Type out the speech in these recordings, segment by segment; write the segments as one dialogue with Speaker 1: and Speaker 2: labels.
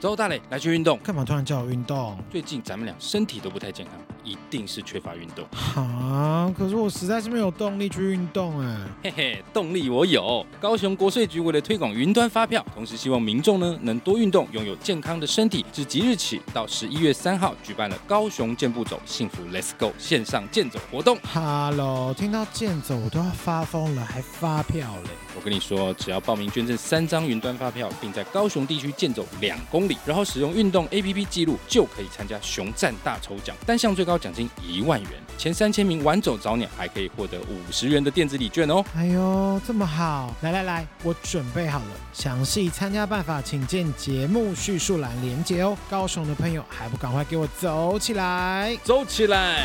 Speaker 1: 走，大磊来去运动。
Speaker 2: 干嘛突然叫我运动？
Speaker 1: 最近咱们俩身体都不太健康，一定是缺乏运动。
Speaker 2: 啊，可是我实在是没有动力去运动哎、
Speaker 1: 嘿嘿，动力我有。高雄国税局为了推广云端发票，同时希望民众呢能多运动，拥有健康的身体。自即日起到十一月三号，举办了高雄健步走幸福 Let's Go 线上健走活动。
Speaker 2: Hello，听到健走我都要发疯了，还发票嘞！
Speaker 1: 我跟你说，只要报名捐赠三张云端发票，并在高雄地区健走两公里，然后使用运动 APP 记录，就可以参加熊战大抽奖，单项最高奖金一万元。前三千名玩走早鸟还可以获得五十元的电子礼券哦。
Speaker 2: 哎呦，这么好！来来来，我准备好了。详细参加办法请见节目叙述栏连接哦。高雄的朋友还不赶快给我走起来！
Speaker 1: 走起来！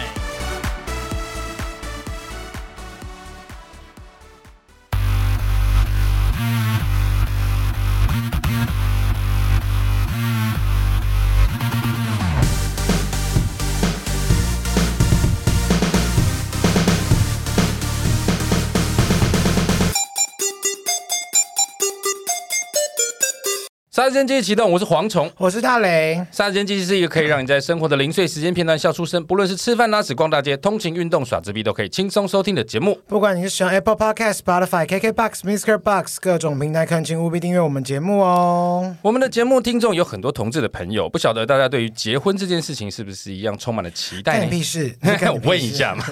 Speaker 1: 杀时间机器启动，我是蝗虫。
Speaker 2: 我是大雷，
Speaker 1: 杀时间机器是一个可以让你在生活的零碎时间片段笑出声，不论是吃饭、拉屎、逛大街、通勤、运动、耍自闭，都可以轻松收听的节目。
Speaker 2: 不管你是使用 Apple Podcast、Spotify、KKBox、Mr. Box 各种平台看，请务必订阅我们节目哦。
Speaker 1: 我们的节目听众有很多同志的朋友，不晓得大家对于结婚这件事情是不是一样充满了期待
Speaker 2: 干
Speaker 1: 呢
Speaker 2: 你？屁事！
Speaker 1: 我问一下嘛，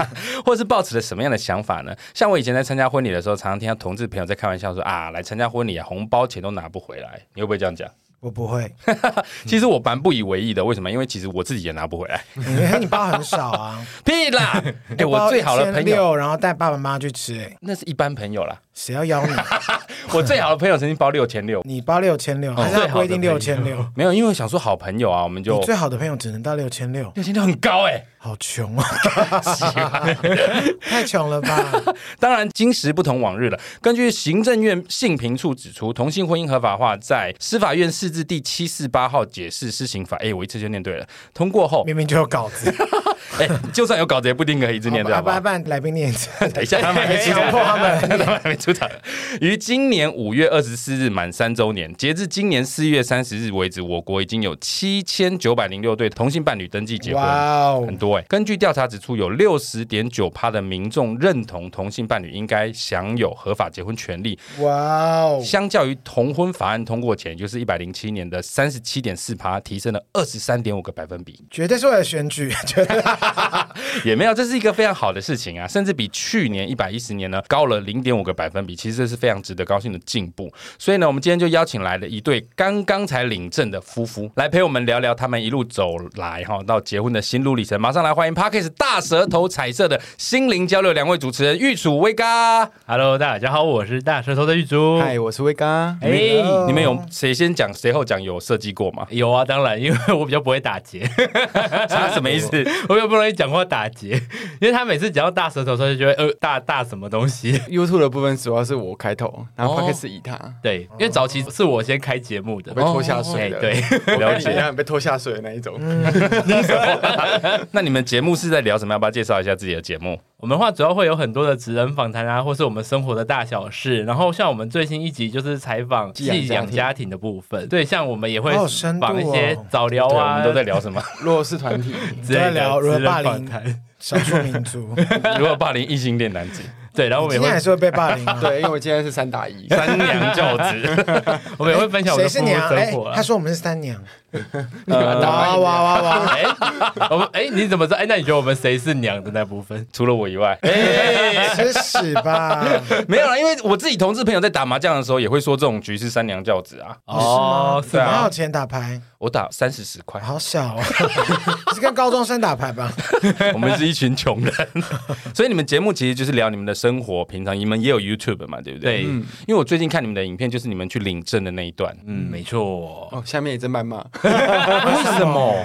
Speaker 1: 或是抱持了什么样的想法呢？像我以前在参加婚礼的时候，常常听到同志朋友在开玩笑说啊，来参加婚礼啊，红包钱都拿不回来，你会不会这样讲？
Speaker 2: 我不会，
Speaker 1: 其实我蛮不以为意的，为什么？因为其实我自己也拿不回来，
Speaker 2: 因为你包很少啊。
Speaker 1: 屁啦！哎、我
Speaker 2: 包
Speaker 1: 最好的朋友，
Speaker 2: 1600然后带爸爸妈妈去吃、哎，
Speaker 1: 那是一般朋友啦。
Speaker 2: 谁要邀你？
Speaker 1: 我最好的朋友曾经包六千六，
Speaker 2: 你包六千六，还是
Speaker 1: 最
Speaker 2: 要
Speaker 1: 好的
Speaker 2: 规定
Speaker 1: 朋友
Speaker 2: 六千六？
Speaker 1: 没有，因为想说好朋友啊，我们就
Speaker 2: 你最好的朋友只能到六千六，
Speaker 1: 六千六很高哎、
Speaker 2: 好穷啊！太穷了吧？
Speaker 1: 当然，今时不同往日了。根据行政院性平处指出，同性婚姻合法化在司法院释字第七四八号解释施行法，哎，我一次就念对了。通过后，
Speaker 2: 明明就有稿子，
Speaker 1: 哎，就算有稿子也不一定可以一直 念对，好
Speaker 2: 好
Speaker 1: 不
Speaker 2: 吧？
Speaker 1: 好？
Speaker 2: 不然来宾念一次。
Speaker 1: 等一下，他们还没出场，
Speaker 2: 强迫他们
Speaker 1: 他们还没出场。于今年五月二十四日满三周年，截至今年四月三十日为止，我国已经有七千九百零六对同性伴侣登记结婚。
Speaker 2: 哇哦
Speaker 1: 很！多哎、根据调查指出，有六十点九趴的民众认同同性伴侣应该享有合法结婚权利，
Speaker 2: 哇哦！
Speaker 1: 相较于同婚法案通过前，也就是一百零七年的三十七点四趴，提升了二十三点五个百分比，
Speaker 2: 绝对是为了选举， 绝对
Speaker 1: 也没有，这是一个非常好的事情啊，甚至比去年一百一十年呢高了零点五个百分比，其实这是非常值得高兴的进步。所以呢，我们今天就邀请来了一对刚刚才领证的夫妇，来陪我们聊聊他们一路走来哈到结婚的心路历程。马上来欢迎 Parkes 大舌头彩色的心灵交流两位主持人玉楚威嘎。
Speaker 3: Hello，大家好，我是大舌头的玉竹。
Speaker 4: 嗨，我是威刚。
Speaker 3: 哎、
Speaker 1: 你们有谁先讲谁后讲有设计过吗？
Speaker 3: 有啊，当然，因为我比较不会打结，
Speaker 1: 他什么意思？
Speaker 3: 我比较不容易讲话打结，因为他每次讲到大舌头的时候，就觉得呃大大什么东西。
Speaker 4: YouTube 的部分主要是我开头，然后
Speaker 1: 哦
Speaker 4: Podcast 是以他。
Speaker 3: 对，因为早期是我先开节目的
Speaker 4: 我被，拖下
Speaker 3: 哎
Speaker 4: 水的，
Speaker 3: 对，
Speaker 4: 我
Speaker 1: 了
Speaker 4: 跟你
Speaker 1: 解
Speaker 4: 一样被拖下水的那一种。
Speaker 1: 那你们节目是在聊什么？要不要介绍一下自己的节目？
Speaker 3: 我们的话主要会有很多的职人访谈啊，或是我们生活的大小事。然后像我们最新一集就是采访
Speaker 4: 寄养家庭
Speaker 3: 寄养家庭的部分，对，像我们也会
Speaker 2: 好有深度哦
Speaker 3: 访一些早疗
Speaker 1: 对，我
Speaker 3: 啊，
Speaker 1: 们都在聊什么？
Speaker 4: 弱势团体，
Speaker 3: 之类
Speaker 2: 都在
Speaker 3: 的
Speaker 2: 聊
Speaker 3: 职人
Speaker 2: 如何霸凌
Speaker 3: 访谈。
Speaker 2: 少数民族，
Speaker 1: 如何霸凌异性恋男子？
Speaker 3: 对，然后我们
Speaker 2: 今
Speaker 3: 也
Speaker 2: 天
Speaker 3: 会
Speaker 2: 还是会被霸凌啊。
Speaker 4: 对，因为我今天是三打一，
Speaker 1: 三娘教子。
Speaker 3: 我们也会分享我们
Speaker 2: 谁
Speaker 3: 的
Speaker 2: 是
Speaker 3: 夫妇
Speaker 2: 娘？哎
Speaker 3: 生活、，啊
Speaker 2: 他。说我们是三娘，
Speaker 3: 呃
Speaker 2: 哇哇哇 哇！
Speaker 3: 哎，我们哎，你怎么知道？哎，那你觉得我们谁是娘的那部分？
Speaker 1: 除了我以外，
Speaker 2: 吃屎吧！
Speaker 1: 哎没有啦，因为我自己同志朋友在打麻将的时候也会说这种局是三娘教子啊。
Speaker 3: 哦，是
Speaker 1: 对啊
Speaker 2: 哪
Speaker 3: 吗
Speaker 2: 有？钱打牌？
Speaker 1: 我打三十十块，
Speaker 2: 好小、哦， 是跟高中生打 牌吧？
Speaker 1: 我们是一群穷人， 所以你们节目其实就是聊你们的生活，平常你们也有 YouTube 嘛，对不对？
Speaker 3: 对，
Speaker 4: 嗯
Speaker 1: 因为我最近看你们的影片，就是你们去领证的那一段，
Speaker 3: 嗯，没错。
Speaker 4: 哦，下面也真谩骂，
Speaker 1: 啊
Speaker 3: 为什么？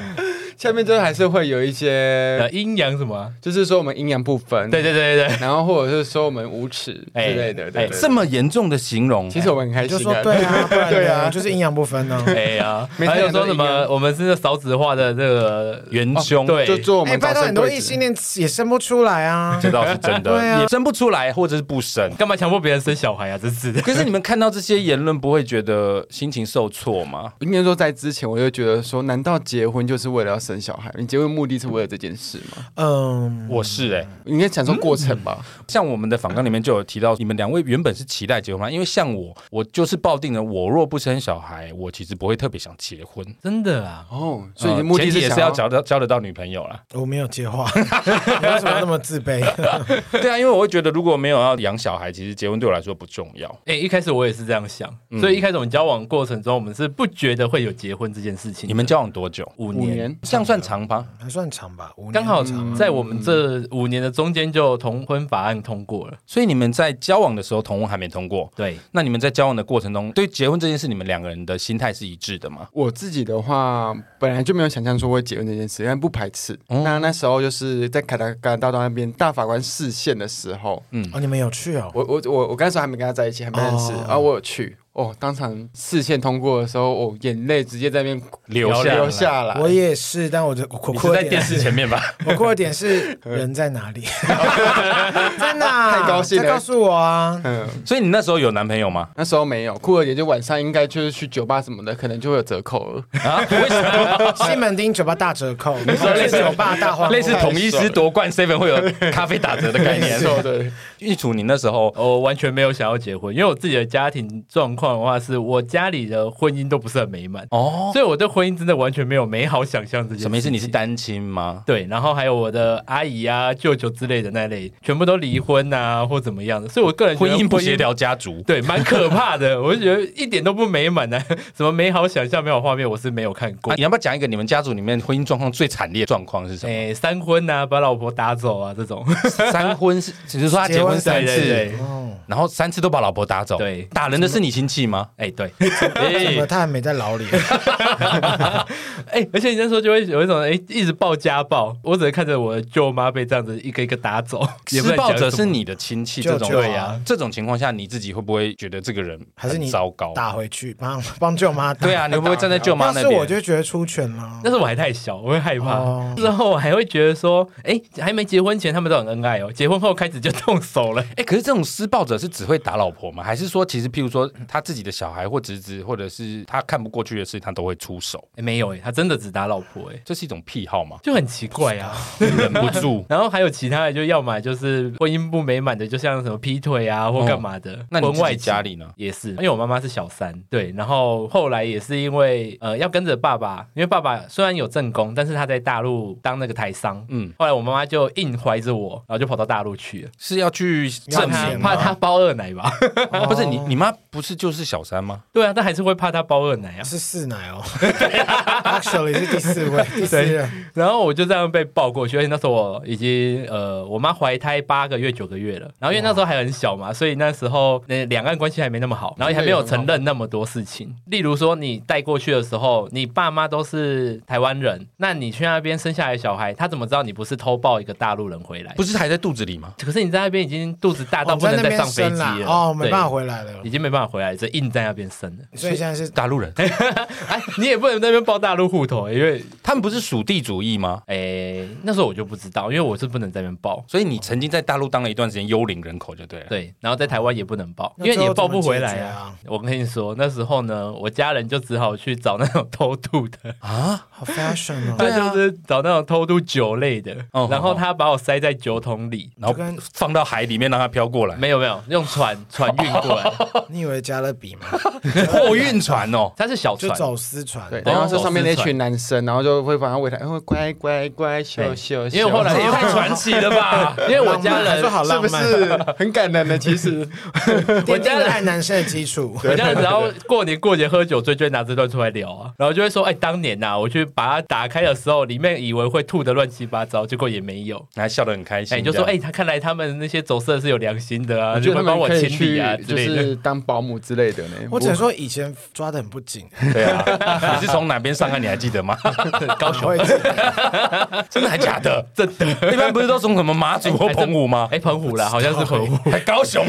Speaker 4: 下面真还是会有一
Speaker 3: 呃，
Speaker 4: 些，
Speaker 3: 阴阳什么啊？
Speaker 4: 就是说我们阴阳不分，
Speaker 3: 对对对对对，
Speaker 4: 然后或者是说我们无耻之类的，对
Speaker 3: 哎
Speaker 4: 对对
Speaker 1: 这么严重的形容，
Speaker 4: 其实我们很开
Speaker 2: 你就
Speaker 4: 心
Speaker 2: 说
Speaker 4: 啊，
Speaker 2: 对 啊，不然
Speaker 4: 对
Speaker 2: 呢
Speaker 4: 啊，
Speaker 2: 就是阴阳不分呢、
Speaker 3: 哎呀，
Speaker 4: 每次
Speaker 3: 还有说什
Speaker 4: 两个人一
Speaker 3: 么？
Speaker 4: 样
Speaker 3: 我们是少子化的这个
Speaker 1: 元凶，
Speaker 3: 哦对
Speaker 4: 就做我
Speaker 2: 哎、
Speaker 4: 们
Speaker 2: 拜托，
Speaker 4: 早
Speaker 2: 很
Speaker 4: 生
Speaker 2: 多
Speaker 4: 贵
Speaker 2: 异性
Speaker 4: 子。
Speaker 2: 恋也生不出来啊。
Speaker 1: 这倒是真 的，
Speaker 2: 对啊
Speaker 1: 也生不出来，或者是不生。
Speaker 3: 干嘛强迫别人生小孩啊？真是的。
Speaker 1: 可是你们看到这些言论，不会觉得心情受挫吗？
Speaker 4: 应该说，在之前我就觉得说，难道结婚就是为了要生小孩？你结婚目的是为了这件事吗？
Speaker 2: 嗯，
Speaker 1: 我是哎、
Speaker 4: 你应该享受过程吧？
Speaker 1: 像我们的访纲里面就有提到，你们两位原本是期待结婚吗？因为像我，我就是抱定了，我若不生小孩，我其实不会特别想结婚。
Speaker 3: 真的啊，
Speaker 4: 哦，所以你
Speaker 1: 呃
Speaker 4: 目的
Speaker 1: 前提也
Speaker 4: 想
Speaker 1: 是要找到交得到女朋友 啦。
Speaker 2: 我没有接话， 你为什么要那么自卑？
Speaker 1: 对啊，因为我会觉得如果没有要养小孩，其实结婚对我来说不重要。
Speaker 3: 哎、一开始我也是这样想，所以一开始我们交往过程中，我们是不觉得会有结婚这件事情的。
Speaker 1: 你们交往多久？
Speaker 3: 五
Speaker 4: 五
Speaker 3: 年，
Speaker 4: 年，
Speaker 1: 这样算长吧？
Speaker 2: 还算长吧，五年
Speaker 3: 刚好
Speaker 2: 长。
Speaker 3: 在我们这五年的中间就同婚法案通过了。
Speaker 1: 所以你们在交往的时候，同婚还没通过。
Speaker 3: 对，
Speaker 1: 那你们在交往的过程中，对结婚这件事，你们两个人的心态是一致的吗？
Speaker 4: 我自己的话，本来就没有想象说会结婚这件事，但不排斥。
Speaker 1: 哦
Speaker 4: 那那时候就是在凯达格兰大道那边大法官视线的时候，
Speaker 1: 嗯
Speaker 2: 哦，你们有去哦？
Speaker 4: 我我我我那时候还没跟他在一起，还没认识，
Speaker 2: 哦
Speaker 4: 然后我有去。哦，当场视线通过的时候，我、眼泪直接在那边
Speaker 1: 流下来
Speaker 4: 流下来。
Speaker 2: 我也是，但我就我
Speaker 1: 你
Speaker 2: 哭
Speaker 1: 是
Speaker 2: 的
Speaker 1: 在电
Speaker 2: 点，
Speaker 1: 视前面吧？
Speaker 2: 我哭的 点是人在哪里？真的啊
Speaker 4: 太高兴了
Speaker 2: 再告诉我啊！
Speaker 4: 嗯，
Speaker 1: 所以你那时候有男朋友吗？
Speaker 4: 那时候没有，酷儿姐就晚上应该就是去酒吧什么的，可能就会有折扣了。
Speaker 1: 啊，为什么？
Speaker 2: 西门町酒吧大折扣，你
Speaker 1: 说类似
Speaker 2: 酒吧大荒，
Speaker 1: 类似统一师夺冠 seven 会有咖啡打折的概念
Speaker 4: 没。错，对，
Speaker 1: 玉楚，你那时候
Speaker 3: 我完全没有想要结婚，因为我自己的家庭状况的话，是我家里的婚姻都不是很美满，
Speaker 1: 哦，
Speaker 3: 所以我对婚姻真的完全没有美好想象这件事。
Speaker 1: 什么意思？你是？单亲吗？
Speaker 3: 对，然后还有我的阿姨啊、舅舅之类的那类，全部都离婚啊或怎么样的，所以我个人觉
Speaker 1: 婚
Speaker 3: 得
Speaker 1: 姻不协调家族，
Speaker 3: 对，蛮可怕的。 我就觉得一点都不美满呢、什么美好想象、美好画面，我是没有看过
Speaker 1: 啊、。你要不要讲一个你们家族里面婚姻状况最惨烈的状况是什么？
Speaker 3: 哎、三婚呐、把老婆打走啊，这种。
Speaker 1: 哎三婚是，只是说他结婚三
Speaker 3: 对对
Speaker 1: 次
Speaker 3: 对，
Speaker 2: 哦，
Speaker 1: 然后三次都把老婆打走。
Speaker 3: 对
Speaker 1: 打人的是你亲戚吗？
Speaker 3: 哎、 对，
Speaker 2: 怎
Speaker 3: 哎
Speaker 2: 么他还没在牢里？
Speaker 3: 哎、而且你那时候就会有一种哎、一直报家暴，我只能看着我的舅妈被这样子一个一个 打走。也不
Speaker 1: 施
Speaker 3: 能讲
Speaker 1: 暴者
Speaker 3: 什
Speaker 1: 是
Speaker 3: 么，
Speaker 1: 你的亲戚，
Speaker 2: 舅
Speaker 1: 这
Speaker 2: 舅
Speaker 1: 种
Speaker 2: 对啊
Speaker 1: 这种情况下，你自己会不会觉得这个人
Speaker 2: 还是
Speaker 1: 很
Speaker 2: 你
Speaker 1: 糟糕？
Speaker 2: 打回去，帮 帮舅妈打。
Speaker 1: 对啊，你 会不会站在舅妈
Speaker 2: 要
Speaker 1: 那
Speaker 2: 是
Speaker 1: 边？
Speaker 2: 我就觉得出拳了
Speaker 3: 那。时候我还太小，我会害怕。
Speaker 2: 哦
Speaker 3: 之后我还会觉得说，哎、还没结婚前他们都很恩爱哦，结婚后开始就动手了。
Speaker 1: 哎、可是这种施暴者是只会打老婆吗？还是说，其实譬如说他自己的小孩或侄子，或者是他看不过去的事，他都会出手？
Speaker 3: 哎没有哎、他真的只打老婆哎、？
Speaker 1: 这是一种癖好吗
Speaker 3: 就很奇怪啊。
Speaker 1: 忍不 住。
Speaker 3: 然后还有其他的，就要么就是婚姻不美满的，就像什么劈腿啊或干嘛的。
Speaker 1: 哦那你
Speaker 3: 婚
Speaker 1: 自
Speaker 3: 外
Speaker 1: 己家
Speaker 3: 情
Speaker 1: 里呢？
Speaker 3: 也是，因为我妈妈是小三，对，然后后来也是因为呃要跟着爸爸，因为爸爸虽然有正宫，但是他在大陆当那个台商，
Speaker 1: 嗯，
Speaker 3: 后来我妈妈就硬怀着我，然后就跑到大陆去了，
Speaker 1: 是要去
Speaker 2: 要
Speaker 1: 证
Speaker 2: 证
Speaker 3: 怕
Speaker 2: 明
Speaker 1: 明
Speaker 2: 吗
Speaker 3: 怕他包二奶吧？
Speaker 2: 哦
Speaker 1: 啊不是你，你妈不是就是小三吗？
Speaker 3: 对啊，但还是会怕他包二奶啊。
Speaker 2: 是四奶哦，actually 是第四位， 第四任。
Speaker 3: 然后我就这样被抱过去，而且那时候我已经呃，我妈怀胎八个月、九个月了。然后因为那时候还很小嘛，所以那时候呃两岸关系还没那么好，然后也还没有承认那么多事情。例如说，你带过去的时候，你爸妈都是台湾人，那你去那边生下来的小孩，他怎么知道你不是偷抱一个大陆人回来？
Speaker 1: 不是还在肚子里吗？
Speaker 3: 可是你在那边已经肚子大到
Speaker 2: 哦
Speaker 3: 啊不能
Speaker 2: 在那
Speaker 3: 再
Speaker 2: 边
Speaker 3: 上飞
Speaker 2: 生
Speaker 3: 机
Speaker 2: 啦
Speaker 3: 了，
Speaker 2: 哦，没办法
Speaker 3: 对，
Speaker 2: 回来了
Speaker 3: 已，经没办法回来，只硬在那边生了。
Speaker 2: 所以现在是
Speaker 1: 大陆人，
Speaker 3: 哎，你也不能在那边报大陆户头，因为
Speaker 1: 他们不是属地主义吗？
Speaker 3: 哎那时候我就不知道，因为我是不能在那边报。
Speaker 1: 所以你曾经在大陆当了一段时间幽灵人口就对了。，啊
Speaker 3: 对，然后在台湾也不能报，
Speaker 2: 那
Speaker 3: 因为你也报
Speaker 2: 最
Speaker 3: 不
Speaker 2: 后
Speaker 3: 回
Speaker 2: 怎么
Speaker 3: 来
Speaker 2: 解决
Speaker 3: 啊
Speaker 2: 啊。
Speaker 3: 我跟你说，那时候呢，我家人就只好去找那种偷渡的，
Speaker 2: 啊好 fashion 哦，
Speaker 1: 对啊
Speaker 3: 他就是找那种偷渡酒类的
Speaker 1: 哦，
Speaker 3: 然后
Speaker 1: 好好
Speaker 3: 他把我塞在酒桶里，
Speaker 1: 然
Speaker 2: 就跟
Speaker 1: 后放到海里面让它飘过来，
Speaker 3: 没有没有，用船船运 过来，
Speaker 2: 你以为加勒比吗？
Speaker 1: 货运船哦。
Speaker 3: 它是小
Speaker 2: 就
Speaker 3: 船，
Speaker 2: 走私船，
Speaker 4: 对，
Speaker 3: 哦
Speaker 4: 然后是上面那那
Speaker 3: 传
Speaker 4: 群男生，然后就会把他围来，会乖乖乖秀秀秀，
Speaker 3: 因为我后来
Speaker 2: 这也太
Speaker 3: 传奇了吧？ 因为我家
Speaker 2: 还
Speaker 3: 人
Speaker 2: 说好
Speaker 4: 是
Speaker 2: 浪
Speaker 4: 不
Speaker 2: 漫，
Speaker 4: 是很感人呢？其实
Speaker 2: 奠定
Speaker 3: 家
Speaker 2: 了
Speaker 3: 人
Speaker 2: 爱男生的基础。
Speaker 3: 我家人只要过年过节喝酒醉，就会拿这段出来聊啊，然后就会说，哎，当年呐、我去把它打开的时候，里面以为会吐的乱七八糟，结果也没有。
Speaker 1: 还笑得很开心。
Speaker 3: 哎，你就说，
Speaker 1: 这
Speaker 3: 哎，
Speaker 1: 样，
Speaker 3: 他看来他们那些走色是有良心的啊，
Speaker 4: 我
Speaker 3: 就
Speaker 4: 觉得
Speaker 3: 会
Speaker 4: 他
Speaker 3: 帮
Speaker 4: 们
Speaker 3: 我
Speaker 4: 可以
Speaker 3: 清理
Speaker 4: 去
Speaker 3: 啊之
Speaker 4: 就
Speaker 3: 类的。
Speaker 4: 是当保姆之类的呢。
Speaker 2: 我只能说以前抓的很不紧，
Speaker 1: 对啊， 你是从哪边上岸？你还记得吗？
Speaker 2: 高雄我
Speaker 1: 真的还假的？真的，一般不是都从什么马祖或澎湖吗？
Speaker 3: 哎，澎湖啦，好像是澎湖。
Speaker 1: 还高 雄，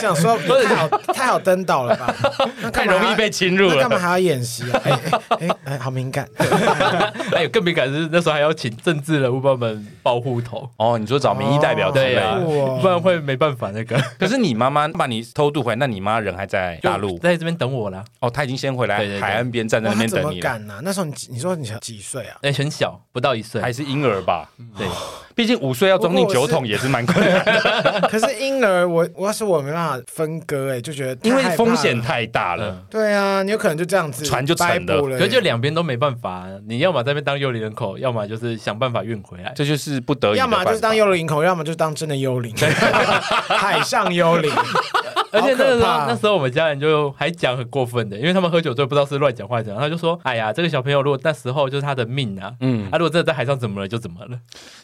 Speaker 2: 想说也太好太好登岛了吧？那
Speaker 1: 太
Speaker 2: 干嘛还
Speaker 1: 容易被侵入
Speaker 2: 那干嘛
Speaker 1: 了。
Speaker 2: 还要演习啊？哎 哎哎哎，好敏感。
Speaker 3: 哎，更敏感的是那时候还要请政治人物帮我们报户头，
Speaker 1: 哦，你说找民意代表之类
Speaker 3: 哦对啊
Speaker 1: 的
Speaker 3: 呀、
Speaker 2: 哇
Speaker 3: 不然会没办法那个。
Speaker 1: 可是你妈妈把你偷渡回来，那你妈人还在大
Speaker 3: 就
Speaker 1: 陆
Speaker 3: 在这边等我啦。
Speaker 1: 哦，她已经先回来
Speaker 3: 对对对
Speaker 1: 海岸边站在那
Speaker 2: 哇他
Speaker 1: 边
Speaker 2: 怎
Speaker 1: 等
Speaker 2: 么
Speaker 1: 你了，
Speaker 2: 敢呢？啊那时候你几你说你几岁啊？
Speaker 3: 哎，很小，不到一岁，
Speaker 1: 还是婴儿吧？
Speaker 3: 对，
Speaker 1: 毕竟五岁要装进酒桶也是蛮困难的，
Speaker 2: 可是婴儿，我我要是我没办法分割，哎，就觉得太
Speaker 1: 因为
Speaker 2: 害怕
Speaker 1: 风险
Speaker 2: 了
Speaker 1: 太大了。
Speaker 3: 嗯
Speaker 2: 对啊，你有可能就这样子
Speaker 1: 船就沉
Speaker 2: 掰
Speaker 1: 了
Speaker 2: 布了耶，
Speaker 3: 可是就两边都没办法，你要么在那边当幽灵人口，要么就是想办法运回来。
Speaker 1: 这就是不得已的
Speaker 2: 要
Speaker 1: 办法。
Speaker 2: 么就是当幽灵口，要么就是当真的幽 灵，海上幽灵。
Speaker 3: 而且那个时候，
Speaker 2: 好可怕
Speaker 3: 那时候我们家人就还讲很过分的，因为他们喝酒醉不知道是乱讲话讲，他就说：“哎呀，这个小朋友如果那时候就是他的命啊，
Speaker 1: 嗯
Speaker 3: 他、，如果真的在海上怎么了就怎么了。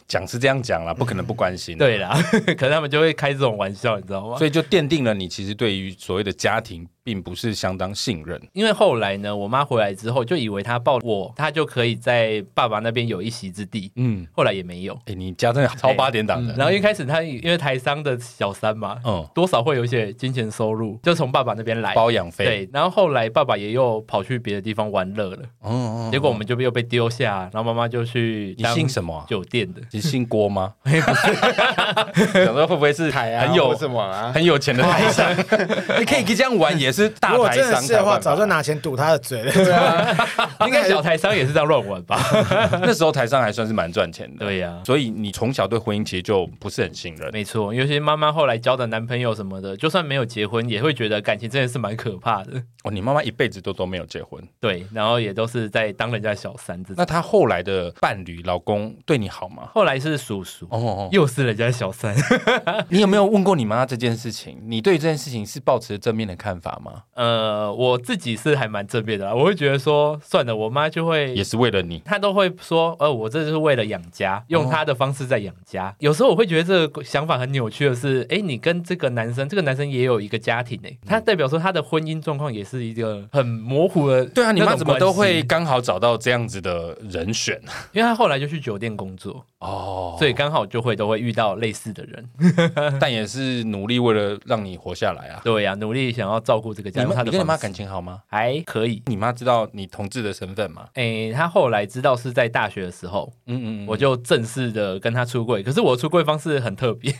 Speaker 1: 讲是这样讲啦，不可能不关”心。，
Speaker 3: 对啦， 可能他们就会开这种玩笑，你知道吗？
Speaker 1: 所以就奠定了你其实对于所谓的家庭并不是相当信任。
Speaker 3: 因为后来呢，我妈回来之后就以为她抱我，她就可以在爸爸那边有一席之地，
Speaker 1: 嗯，
Speaker 3: 后来也没有。
Speaker 1: 哎，你家真的超
Speaker 3: 哎
Speaker 1: 八点档的。
Speaker 3: 然后一开始她因为台商的小三嘛，
Speaker 1: 嗯，
Speaker 3: 多少会有一些金钱收入，就从爸爸那边来。
Speaker 1: 包养费。
Speaker 3: 对，然后后来爸爸也又跑去别的地方玩乐了，
Speaker 1: 哦哦，
Speaker 3: 结果我们就又被丢下，然后妈妈就去
Speaker 1: 你
Speaker 3: 当
Speaker 1: 姓什么啊？
Speaker 3: 酒店 的，
Speaker 1: 你姓郭吗？ 想说会不会是很有
Speaker 4: 或什么啊？
Speaker 1: 很有钱的台商？ 你可以这样玩，也是大
Speaker 2: 如果
Speaker 1: 台
Speaker 2: 真的
Speaker 1: 商
Speaker 2: 是的话，
Speaker 1: 才
Speaker 2: 早
Speaker 1: 有
Speaker 2: 就
Speaker 1: 办法。
Speaker 2: 拿钱堵他的嘴了。对啊，
Speaker 3: 应该小台商也是这样乱玩吧？
Speaker 1: 那时候台商还算是蛮赚钱的。
Speaker 3: 对呀、
Speaker 1: 所以你从小对婚姻其实就不是很信任。
Speaker 3: 没错，尤其妈妈后来交的男朋友什么的，就算没有结婚，也会觉得感情真的是蛮可怕的。
Speaker 1: 哦，你妈妈一辈子都都没有结婚，
Speaker 3: 对，然后也都是在当人家小三这
Speaker 1: 那
Speaker 3: 种。
Speaker 1: 她后来的伴侣老公对你好吗？
Speaker 3: 后来是叔叔，
Speaker 1: 哦哦，
Speaker 3: 又是人家小三。
Speaker 1: 你有没有问过你妈这件事情？你对这件事情是抱持正面的看法吗？
Speaker 3: 呃，我自己是还蛮正面的啦，我会觉得说，算了，我妈就会
Speaker 1: 也是为了你，
Speaker 3: 他都会说，呃，我这就是为了养
Speaker 1: 哦
Speaker 3: 家，用他的方式在养家。有时候我会觉得这个想法很扭曲的是，哎，你跟这个男生，这个男生也有一个家庭
Speaker 1: 嗯
Speaker 3: 诶，他代表说他的婚姻状况也是一个很模糊的。
Speaker 1: 对啊，你妈怎么都会，刚好找到这样子的人 选
Speaker 3: 因为他后来就去酒店工作，
Speaker 1: 哦，
Speaker 3: 所以刚好就会都会遇到类似的人。
Speaker 1: 但也是努力为了让你活下来啊。
Speaker 3: 对呀、努力想要照顾这个家，
Speaker 1: 你
Speaker 3: 用
Speaker 1: 妈，
Speaker 3: 他
Speaker 1: 你
Speaker 3: 的
Speaker 1: 跟你妈
Speaker 3: 方式
Speaker 1: 感情好吗？
Speaker 3: 还可以。
Speaker 1: 你妈知道你同志的身份吗？
Speaker 3: 诶，他后来知道是在大学的时候，
Speaker 1: 嗯嗯，
Speaker 3: 我就正式的跟他出柜。可是我出柜方式很特别，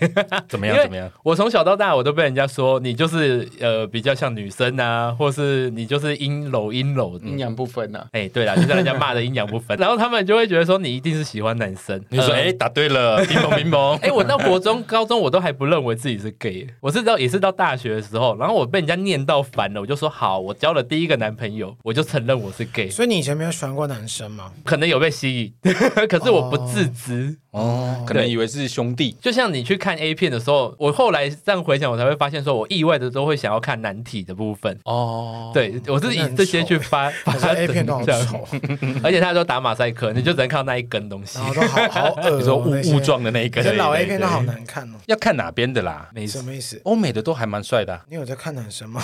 Speaker 1: 怎么
Speaker 3: 因
Speaker 1: 样
Speaker 3: 为
Speaker 1: 怎么样？
Speaker 3: 我从小到大，我都被人家说你就是呃比较像女生啊，或是你就是阴柔阴柔的。
Speaker 4: 阴阳不分啊呐。
Speaker 3: 哎、对啦，就像人家骂的阴阳不分，然后他们就会觉得说你一定是喜欢男生。
Speaker 1: 你就说
Speaker 3: 呃
Speaker 1: 哎、答对了，冰萌冰 萌。
Speaker 3: 哎、我到国中、高中我都还不认为自己是 gay，我是到也是到大学的时候，然后我被人家念到烦了，我就说好，我交了第一个男朋友，我就承认我是 gay，
Speaker 2: 所以你以前没有喜欢过男生吗？
Speaker 3: 可能有被吸引， 可是我不自知。
Speaker 1: 哦，可能以为是兄弟。
Speaker 3: 就像你去看 A 片的时候，我后来这样回想，我才会发现说我意外的都会想要看男体的部分。
Speaker 1: 哦，
Speaker 3: 对，我是以这些去 发发
Speaker 2: 可是 A 片都好
Speaker 3: 这样
Speaker 2: 丑， 啊
Speaker 3: 而且他都打马赛克，你就只能靠那一根东西
Speaker 2: 然。后都好好恶哦。
Speaker 1: 你说雾
Speaker 2: 那些
Speaker 1: 雾，状的那一
Speaker 2: 可
Speaker 1: 个，
Speaker 2: 是老
Speaker 1: 对
Speaker 2: A
Speaker 1: 对
Speaker 2: 片
Speaker 1: 对
Speaker 2: 都好难看哦。
Speaker 1: 要看哪边的啦。
Speaker 3: 没
Speaker 2: 什
Speaker 3: 错。
Speaker 2: 么意思？
Speaker 1: 欧美的都还蛮帅的啊、
Speaker 2: 你有在看男生 吗？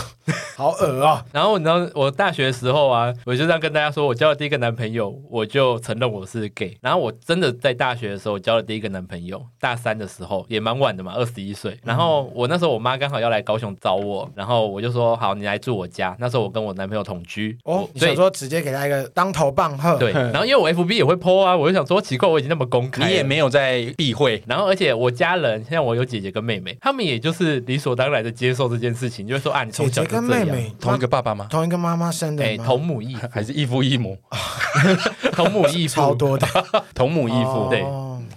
Speaker 2: 好恶哦！
Speaker 3: 然后你知道，我大学的时候啊，我就这样跟大家说，我交了第一个男朋友，我就承认我是 gay。然后我真的在大学的时候，我交了第一个男朋友，大三的时候也蛮晚的嘛，二十一岁。然后我那时候我妈刚好要来高雄找我，然后我就说好，你来住我家。那时候我跟我男朋友同居，
Speaker 2: 哦，你
Speaker 3: 所以
Speaker 2: 想说直接给他一个当头 棒喝？
Speaker 3: 对。然后因为我 FB 也会 PO 啊，我就想说奇怪，我已经那么公开了，
Speaker 1: 你也没有在避讳，
Speaker 3: 然后，而且我家人，像我有姐姐跟妹妹，他们也就是理所当然的接受这件事情，就会说啊，你从
Speaker 2: 姐
Speaker 3: 小
Speaker 2: 姐
Speaker 3: 就
Speaker 2: 跟
Speaker 3: 这
Speaker 2: 妹
Speaker 3: 样。
Speaker 2: 妹
Speaker 1: 同一个爸爸吗？
Speaker 2: 同一个妈妈生
Speaker 3: 哎，
Speaker 2: 的吗？
Speaker 3: 同母异 父，
Speaker 1: 还是异父异母？
Speaker 3: 同母异
Speaker 2: 超
Speaker 3: 父，
Speaker 2: 多的，
Speaker 1: 同母异父，
Speaker 2: 哦
Speaker 3: 对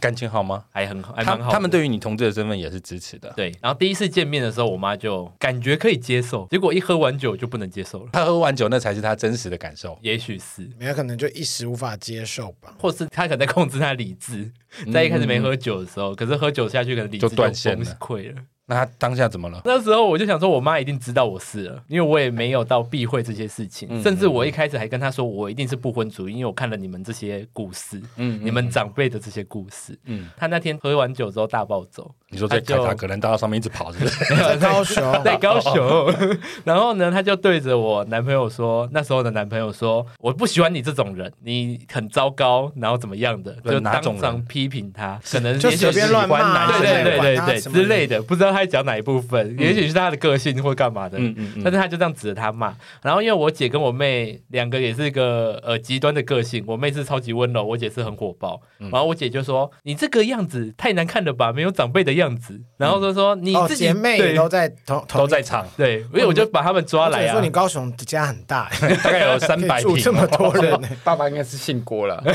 Speaker 1: 感情好吗？
Speaker 3: 还很好，还
Speaker 1: 他
Speaker 3: 蛮好的。
Speaker 1: 他们对于你同志的身份也是支持的。
Speaker 3: 对，然后第一次见面的时候，我妈就感觉可以接受，结果一喝完酒就不能接受了。
Speaker 1: 他喝完酒，那才是他真实的感受。
Speaker 3: 也许是，
Speaker 2: 没有可能就一时无法接受吧。
Speaker 3: 或是她可能在控制她理智，在一开始没喝酒的时候，可是喝酒下去，可能理智
Speaker 1: 嗯就断线
Speaker 3: 崩
Speaker 1: 了
Speaker 3: 溃了。
Speaker 1: 那他当下怎么了？
Speaker 3: 那时候我就想说，我妈一定知道我是了，因为我也没有到避讳这些事情，
Speaker 1: 嗯
Speaker 3: 甚至我一开始还跟她说，我一定是不婚主义，因为我看了你们这些故事，
Speaker 1: 嗯
Speaker 3: 你们长辈的这些故事。
Speaker 1: 嗯，
Speaker 3: 她那天喝完酒之后大暴走，
Speaker 1: 你说在
Speaker 3: 他
Speaker 1: 凯
Speaker 3: 就
Speaker 1: 撒格兰大道上面一直跑，是不 是？
Speaker 2: 在高雄，
Speaker 3: 在高雄， 然后呢，他就对着我男朋友说，那时候的男朋友说，我不喜欢你这种人，你很糟糕，然后怎么样的，
Speaker 1: 对
Speaker 3: 就
Speaker 1: 哪种人
Speaker 3: 当场批评他，可能
Speaker 2: 就
Speaker 3: 也许
Speaker 2: 随便
Speaker 3: 是
Speaker 2: 乱骂啊，
Speaker 3: 对对对对对之类
Speaker 2: 的。嗯
Speaker 3: 的，不知道他在讲哪一部分，也许是他的个性或干嘛的，
Speaker 1: 嗯嗯嗯
Speaker 3: 但是他就这样指着他骂。然后因为我姐跟我妹两个也是一个呃极端的个性，我妹是超级温柔，我姐是很火爆。
Speaker 2: 嗯
Speaker 3: 然后我姐就说：“你这个样子太难看了吧，没有长辈的样子。”然后就说：“你
Speaker 2: 哦，
Speaker 3: 自己
Speaker 2: 姐妹也
Speaker 3: 对
Speaker 2: 都在同
Speaker 1: 都在场，
Speaker 3: 对，因为我就把他们抓
Speaker 2: 我只
Speaker 3: 来
Speaker 2: 能说
Speaker 3: 啊
Speaker 2: 你。高雄的家很 大，
Speaker 1: 大 概有三
Speaker 2: 可
Speaker 1: 百
Speaker 2: 以住
Speaker 1: 平。
Speaker 2: 这么
Speaker 3: 哦
Speaker 2: 多人呢。
Speaker 4: 爸爸应该是姓郭了，
Speaker 3: 嗯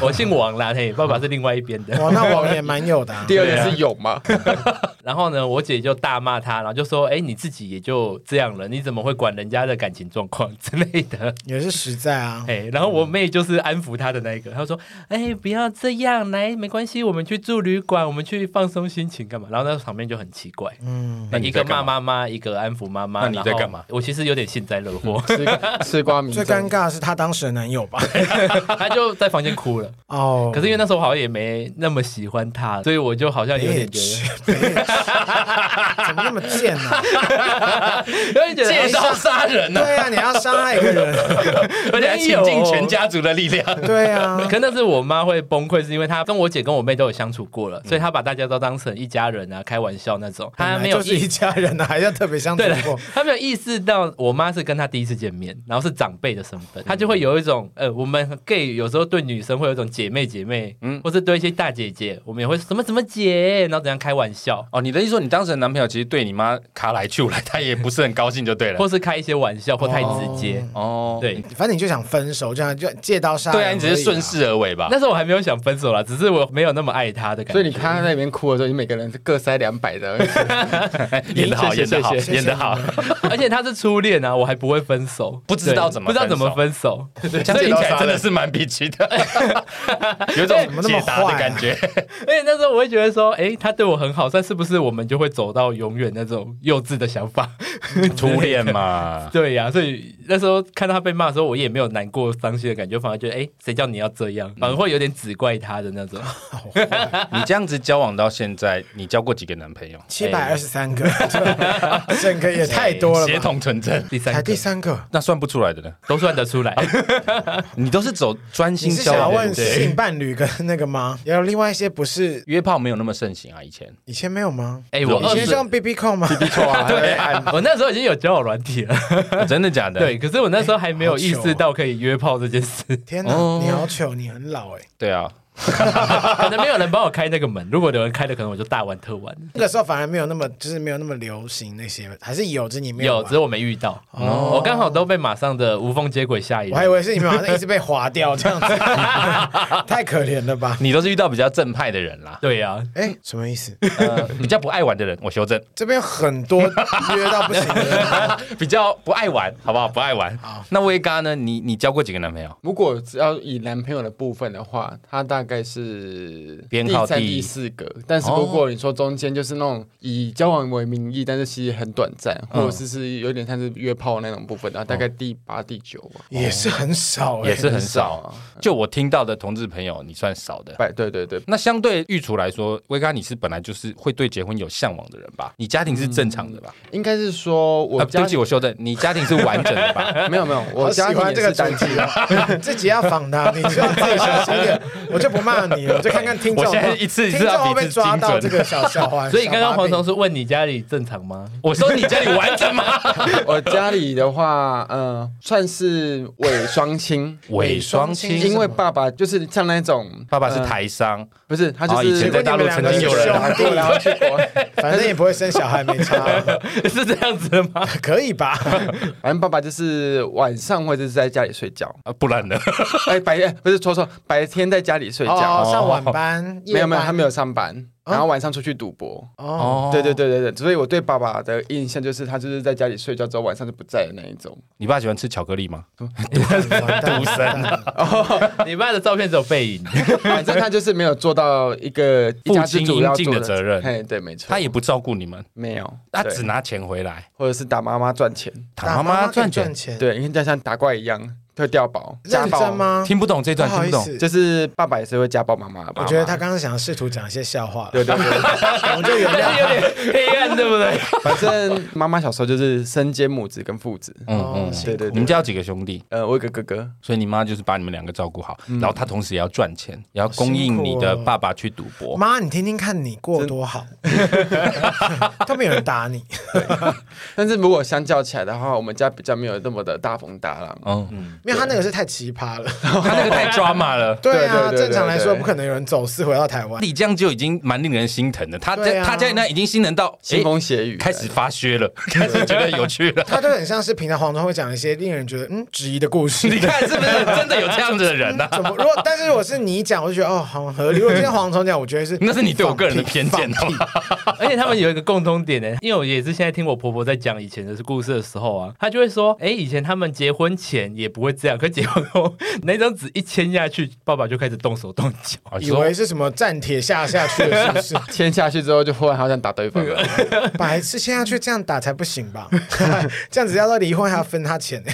Speaker 3: 我姓王啦，嘿，爸爸是另外一边的。
Speaker 2: 哇，那网也蛮有的啊。
Speaker 4: 第二个是勇 嘛，
Speaker 3: 然后呢，我姐就大骂他，然后就说：“哎，你自己也就这样了，你怎么会管人家的感情状况之类的
Speaker 2: 也是实在啊？”。
Speaker 3: 哎，然后我妹就是安抚他的那一个，她说：“哎，不要这样，来，没关系，我们去住旅馆，我们去放松心情，干嘛？”然后那场面就很奇怪，
Speaker 2: 嗯，
Speaker 1: 那
Speaker 3: 一
Speaker 1: 你在
Speaker 3: 个
Speaker 1: 干
Speaker 3: 骂
Speaker 1: 嘛？
Speaker 3: 妈妈，一个安抚妈妈。
Speaker 1: 那你在
Speaker 3: 然后
Speaker 1: 干嘛
Speaker 3: 我其实有点幸灾乐 祸，
Speaker 4: 吃吃瓜民
Speaker 2: 最
Speaker 4: 众。
Speaker 2: 尴尬的是她当时的男友 吧？
Speaker 3: 她就在房间哭了。
Speaker 2: 哦，
Speaker 3: 可是因为那时候我好像也没那么喜欢他，所以我就好像有点觉得。
Speaker 2: bitch，bitch 怎么那么贱呢？
Speaker 3: 有人觉得
Speaker 2: 哎
Speaker 3: 哦
Speaker 2: 介绍
Speaker 3: 好杀人
Speaker 2: 对啊，你要伤害一个 人，
Speaker 1: 而且还倾尽全家族的力量。
Speaker 2: 对啊，
Speaker 3: 可那是我妈会崩溃，是因为她跟我姐跟我妹都有相处过了，所以她把大家都当成一家人啊，开玩笑那种。她没有
Speaker 2: 本来就是一
Speaker 3: 意
Speaker 2: 家人啊，还要特别相处
Speaker 3: 对了
Speaker 2: 过。，
Speaker 3: 她没有意识到我妈是跟她第一次见面，然后是长辈的身
Speaker 2: 嗯
Speaker 3: 份，她就会有一种呃，我们 gay 有时候对女生会有一种姐妹姐妹，嗯，或是对一些大姐姐，我们也会什么什么姐，然后怎样开玩笑，
Speaker 1: 哦，你的意思说你当时的男朋友其实对你妈卡来去来，他也不是很高兴就对了
Speaker 3: 或。是开一些玩笑，或太直接。
Speaker 1: 哦，
Speaker 3: 对，
Speaker 2: 反正你就想分手，这样就借刀杀人
Speaker 1: 对啊，你只是顺势而为吧？
Speaker 3: 那时候我还没有想分手啦，只是我没有那么爱她的感觉。
Speaker 4: 所以你看他在那边哭的时候，你每个人各塞两百的，
Speaker 1: 演得好，
Speaker 3: 谢
Speaker 1: 演
Speaker 3: 谢
Speaker 1: 得好，
Speaker 3: 谢
Speaker 2: 谢
Speaker 1: 演得好，
Speaker 3: 而且他是初恋啊，我还不会分手，
Speaker 1: 不知道怎么
Speaker 3: 对不知道
Speaker 1: 分手
Speaker 3: 怎么分手，
Speaker 1: 这样听起来 真的是蛮脾气 的，有种解答
Speaker 2: 啊
Speaker 1: 的感觉。
Speaker 3: 而且那时候我会觉得说，哎、他对我很好，但是不是我们就会走到永远那种幼稚的想法？
Speaker 1: 初恋嘛，
Speaker 3: 对呀、所以那时候看到他被骂的时候，我也没有难过、伤心的感觉，反而觉得，哎、谁叫你要这
Speaker 1: 嗯
Speaker 3: 样？反而会有点只怪他的那种。
Speaker 1: 你这样子交往到现在，你交过几个男朋友？
Speaker 2: 七百二十三个，整个也太多了
Speaker 1: 哎 协
Speaker 2: 吧？
Speaker 1: 同哎纯正，
Speaker 3: 第三
Speaker 2: 才
Speaker 3: 个
Speaker 2: 第三个，
Speaker 1: 那算不出来的呢。
Speaker 3: 都算得出来，
Speaker 1: 你都是走专
Speaker 2: 你
Speaker 1: 心
Speaker 2: 是
Speaker 1: 交
Speaker 2: 想要
Speaker 1: 往，对
Speaker 2: 问
Speaker 1: 不对？
Speaker 2: 性伴侣跟那个吗？也有另外一些不是
Speaker 1: 约炮没有那么盛行啊，以前。
Speaker 2: 以前没有吗？
Speaker 3: 哎、我
Speaker 1: 以
Speaker 2: 以
Speaker 3: 二
Speaker 2: 前是
Speaker 3: 十。
Speaker 2: 用 B B 扣吗？
Speaker 4: 错啊，对啊，
Speaker 3: 我那时候已经有交友软体了，
Speaker 1: 啊真的假 的？
Speaker 3: 对，可是我那时候还没有
Speaker 1: 啊
Speaker 2: 好糗
Speaker 3: 意
Speaker 2: 哦
Speaker 3: 识到可以约炮这件事，
Speaker 2: 天哪，
Speaker 1: 哦
Speaker 2: 你好糗，你很老哎。
Speaker 1: 对啊，
Speaker 3: 可能没有人帮我开那个门。如果有人开的，可能我就大玩特玩。
Speaker 2: 那个时候反而没有那么，就是没有那么流行那些，还是有，只是你没
Speaker 3: 有，
Speaker 2: 玩
Speaker 3: 只是我没遇到。
Speaker 1: 哦
Speaker 3: 我刚好都被马上的无缝接轨下一
Speaker 2: 我还以
Speaker 3: 轮。
Speaker 2: 为是你们好像一直被划掉这样子， 太可怜了吧？
Speaker 1: 你都是遇到比较正派的人啦，
Speaker 3: 对啊呀、
Speaker 2: 哎，什么意思？
Speaker 1: 呃，比较不爱玩的人，我修正，
Speaker 2: 这边有很多约到不行的人，
Speaker 1: 比较不爱玩，好不好？不爱玩。那威嘎呢？你你交过几个男朋友？
Speaker 4: 如果只要以男朋友的部分的话，他大概是
Speaker 1: 编号
Speaker 4: 第三、
Speaker 1: 第
Speaker 4: 第四个。但是如
Speaker 3: 哦
Speaker 4: 果你说中间就是那种以交往为名义，但是其实很短暂，
Speaker 3: 嗯
Speaker 4: 或者是是有点像是约炮那种部分，然后大概第八、第九吧。
Speaker 2: 也是很少哎，
Speaker 1: 也是很
Speaker 4: 很
Speaker 1: 少
Speaker 4: 少。
Speaker 1: 就我听到的同志朋友，你算少的。
Speaker 3: 嗯
Speaker 4: 拜，对对对，
Speaker 1: 那相对御厨来说，威嘎你是本来就是会对结婚有向往的人吧？你家庭是正常的吧？
Speaker 4: 应该是说我
Speaker 1: 啊，对
Speaker 4: 家
Speaker 1: 不起，我修正，你家庭是完整的 吧？
Speaker 4: 没有没有，我
Speaker 2: 好喜
Speaker 4: 家庭
Speaker 2: 欢
Speaker 4: 也
Speaker 2: 这个
Speaker 4: 是
Speaker 2: 主
Speaker 4: 单亲的。
Speaker 2: 题， 自己要仿他，你就要自己小心一点。我就不骂你了，我就看看听
Speaker 1: 我
Speaker 2: 众有没
Speaker 1: 现
Speaker 2: 有。
Speaker 1: 在一次一
Speaker 2: 听
Speaker 1: 次
Speaker 2: 众
Speaker 1: 要
Speaker 2: 会
Speaker 1: 比
Speaker 2: 被
Speaker 1: 自己
Speaker 2: 抓
Speaker 1: 精
Speaker 2: 到这
Speaker 1: 准。
Speaker 2: 个小笑话。
Speaker 3: 所以刚刚
Speaker 2: 小把
Speaker 3: 黄
Speaker 2: 柄
Speaker 3: 总是问你家里正常吗？
Speaker 1: 我说你家里完整吗？
Speaker 4: 我家里的话，嗯、算是伪双亲，
Speaker 1: 伪双
Speaker 2: 伪
Speaker 1: 亲，
Speaker 2: 双亲
Speaker 4: 因为爸爸就是像那种
Speaker 1: 爸爸是
Speaker 4: 呃
Speaker 1: 台商，
Speaker 4: 不是他就
Speaker 1: 哦以
Speaker 4: 是
Speaker 1: 前在大陆曾经有
Speaker 2: 如
Speaker 1: 人啊
Speaker 2: 果你们两个是兄弟
Speaker 4: 然后去国外，
Speaker 2: 反正也不会生小孩，没 差，
Speaker 3: 是这样子的吗？
Speaker 2: 可以吧？
Speaker 4: 反正爸爸就是晚上或者是在家里睡觉，
Speaker 1: 啊不然呢？
Speaker 4: 哎，白天不是说错，白天在家里睡
Speaker 2: 哦
Speaker 4: 觉，，
Speaker 2: 上晚班，
Speaker 4: 没有没
Speaker 2: 夜
Speaker 4: 有，
Speaker 2: 班
Speaker 4: 他没有上班，
Speaker 1: 哦
Speaker 4: 然后晚上出去赌博。
Speaker 2: 哦，
Speaker 4: 对对对对对，所以我对爸爸的印象就是他就是在家里睡觉之后晚上就不在的那一种。
Speaker 1: 你爸喜欢吃巧克力吗？
Speaker 2: 赌神，
Speaker 3: 你爸的照片只有 背影，
Speaker 4: 反正他就是没有做到一个一家之主要做
Speaker 1: 尽的责任
Speaker 4: 嘿，对，没错，
Speaker 1: 他也不照顾你们，
Speaker 4: 没有，
Speaker 1: 他
Speaker 4: 对
Speaker 1: 只拿钱回来，
Speaker 4: 或者是打妈妈赚钱，
Speaker 1: 打妈妈赚钱。
Speaker 2: 钱，，
Speaker 4: 对，因为就像打怪一样会掉宝，家
Speaker 2: 认
Speaker 4: 暴
Speaker 2: 真？吗？
Speaker 1: 听不懂这
Speaker 2: 不
Speaker 1: 段，听
Speaker 2: 好
Speaker 1: 不
Speaker 2: 意
Speaker 1: 懂。
Speaker 2: 思，
Speaker 4: 就是爸爸也是会家暴妈妈的爸
Speaker 2: 我
Speaker 4: 妈
Speaker 2: 觉得他刚刚想试图讲一些笑话，
Speaker 4: 对对对，
Speaker 2: 我们就原谅
Speaker 3: 有点黑暗，对不对？
Speaker 4: 反正妈妈小时候就是身兼母职跟父职。
Speaker 2: 哦
Speaker 1: 嗯嗯，
Speaker 4: 对对
Speaker 1: 你
Speaker 4: 对
Speaker 1: 们，家有几个兄弟？
Speaker 4: 呃，我有个哥哥，
Speaker 1: 所以你妈就是把你们两个照顾好，然后她同时也要赚钱，也要供应你的爸爸去赌博。
Speaker 2: 妈，你听听看你过 多好，都没有人打你，
Speaker 4: 但是如果相较起来的话，我们家比较没有那么的大风大浪。
Speaker 1: 嗯，
Speaker 2: 因为他那个是太奇葩了。
Speaker 1: 他那个太抓马了。
Speaker 2: 对啊，
Speaker 4: 对对对对
Speaker 2: 正常来说
Speaker 4: 对
Speaker 2: 不可能有人走私回到台湾。
Speaker 1: 李江就已经蛮令人心疼的，他
Speaker 2: 对
Speaker 1: 在、
Speaker 2: 啊
Speaker 1: 他家里那已经心疼到
Speaker 4: 腥
Speaker 1: 诶
Speaker 4: 风血雨，
Speaker 1: 开始发噱了， 开始觉得有趣了。
Speaker 2: 他都很像是平常黄忠会讲一些令人觉得嗯质疑的故 事。
Speaker 1: 你看是不是真的有这样子的 人呢、啊
Speaker 2: 怎么？如果但是如果是你讲，我就觉得哦，好合理。如果今天黄忠讲，我觉得是
Speaker 1: 那是你对我个人的偏见哦
Speaker 2: 放屁放屁
Speaker 3: 而且他们有一个共通点呢，因为我也是现在听我婆婆在讲以前的故事的时候啊，她就会说，哎、以前他们结婚前也不会这样，可结婚后那张纸一签下去，爸爸就开始动手动脚。
Speaker 1: 啊
Speaker 2: 以为是什么站帖下下去的，是不 是？
Speaker 4: 签下去之后就忽然好想打对方了。
Speaker 2: 白痴，签下去这样打才不行吧？ 这样子要到离婚还要分他 钱呢？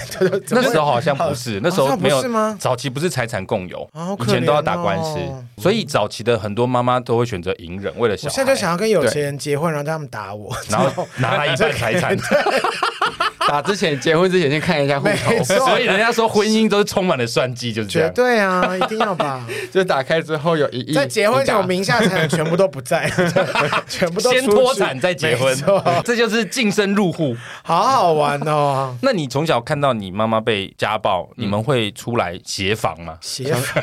Speaker 1: 那时候好像不
Speaker 2: 啊
Speaker 1: 是，那时候没
Speaker 2: 好像不
Speaker 1: 有
Speaker 2: 是吗
Speaker 1: 早期不是财产共有
Speaker 2: 啊好，可
Speaker 1: 以
Speaker 2: 怜
Speaker 1: 前都要打官司
Speaker 2: 哦，
Speaker 1: 所以早期的很多妈妈都会选择隐忍，为了小
Speaker 2: 我现在就
Speaker 1: 孩，
Speaker 2: 想要跟有钱人结婚，然后让他们打 我。
Speaker 1: 然后拿他一半财 产。
Speaker 4: 打之前，结婚之前先看一下户
Speaker 2: 没
Speaker 4: 头，
Speaker 2: 错，
Speaker 1: 所以人家说婚姻都是充满了算计，就是这
Speaker 2: 绝
Speaker 1: 样。
Speaker 2: 对啊，一定要吧！
Speaker 4: 就打开之后有一亿。
Speaker 2: 在结婚前，我
Speaker 4: 有
Speaker 2: 名下财产全部都不在， 全部都
Speaker 1: 先
Speaker 2: 出去
Speaker 1: 脱产再结婚
Speaker 2: 没错，
Speaker 1: 这就是净身入 户。
Speaker 2: 好好玩 哦。
Speaker 1: 那你从小看到你妈妈被家暴，你们会出来协防吗？
Speaker 2: 邪 法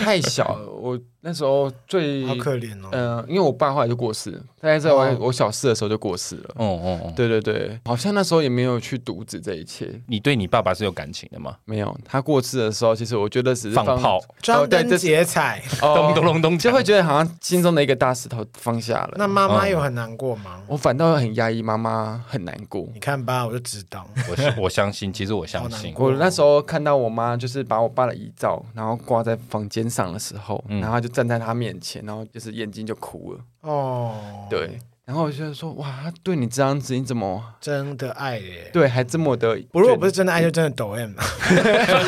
Speaker 4: 太 小了，我那时候最
Speaker 2: 好可怜哦。
Speaker 4: 嗯、因为我爸后来就过世了，大概在我、
Speaker 2: 哦
Speaker 4: 我小四的时候就过世了。
Speaker 1: 哦哦哦，
Speaker 4: 对对对，好像那时候也没有去阻止这一切，
Speaker 1: 你对你爸爸是有感情的吗？
Speaker 4: 没有。他过世的时候，其实我觉得只是
Speaker 1: 放
Speaker 4: 放
Speaker 1: 炮，
Speaker 2: 张
Speaker 4: 对
Speaker 2: 灯
Speaker 4: 这是
Speaker 2: 结彩，
Speaker 4: 哦
Speaker 1: 咚咚咚咚，
Speaker 4: 就会觉得好像心中的一个大石头放下了。
Speaker 2: 那妈妈有很难过吗？
Speaker 4: 我反倒很压抑，妈妈很难过。
Speaker 2: 你看吧，我就知 道。
Speaker 1: 我是我相信，其实我相
Speaker 2: 好难
Speaker 1: 信
Speaker 2: 过。
Speaker 4: 我那时候看到我妈就是把我爸的遗照，然后挂在房间上的时候，
Speaker 1: 嗯
Speaker 4: 然后她就站在她面前，然后就是眼睛就哭了。
Speaker 2: 哦，
Speaker 4: 对，，然后我就说哇，她对你这样子，你怎么
Speaker 2: 真的爱耶。
Speaker 4: 对还这么的？
Speaker 2: 我如果不是真的爱，就真的抖 M 啊了。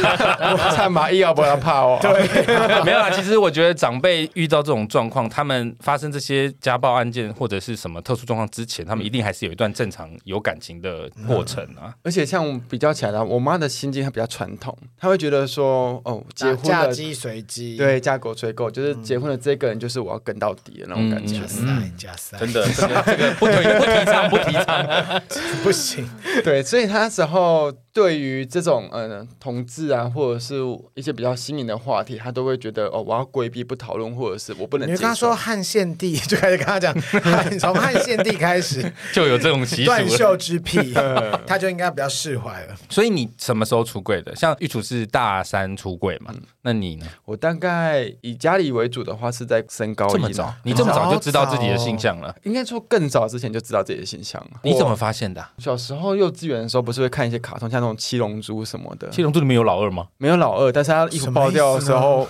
Speaker 4: 看嘛，医药不要怕哦。对，
Speaker 1: 没有啦，其实我觉得长辈遇到这种状况，他们发生这些家暴案件或者是什么特殊状况之前，他们一定还是有一段正常有感情的过程啊。
Speaker 4: 而且像比较起来的话，我妈的心境她比较传统，她会觉得说哦，结婚
Speaker 2: 嫁
Speaker 4: 了，
Speaker 2: 鸡随鸡，
Speaker 4: 对，嫁狗随狗，就是结婚的这个人就是我要跟到底的那种感觉。
Speaker 2: 加塞
Speaker 4: 嗯
Speaker 2: 加塞，
Speaker 1: 真的，这个这个不提不提倡不提倡。
Speaker 2: 不行。
Speaker 4: 对，所以他那时候对于这种嗯同志啊，或者是一些比较新颖的话题，他都会觉得哦，我要规避不讨论，或者是我不能
Speaker 2: 你
Speaker 4: 接
Speaker 2: 就
Speaker 4: 受。
Speaker 2: 跟他说汉献帝， 就开始跟他讲，汉从汉献帝开 始
Speaker 1: 就有这种习俗
Speaker 2: 断
Speaker 1: 了。
Speaker 2: 袖之癖，
Speaker 4: 嗯
Speaker 2: 他就应该比较释怀了。
Speaker 1: 所以你什么时候出柜的？像玉楚是大三出柜嘛？那你呢？
Speaker 4: 我大概以家里为主的话，是在升高
Speaker 1: 这
Speaker 4: 一
Speaker 1: 么
Speaker 4: 啦
Speaker 1: 早，你这么早就知道自己的
Speaker 2: 早
Speaker 1: 性向了？
Speaker 4: 应该说更早之前就知道自己的形象了。
Speaker 1: 你怎么
Speaker 4: 我
Speaker 1: 发现的啊？
Speaker 4: 小时候幼稚园的时候，不是会看一些卡通，像那种七龙珠什么的，
Speaker 1: 七龙珠里面有老二吗？
Speaker 4: 没有老二，但是他衣服爆掉的时候，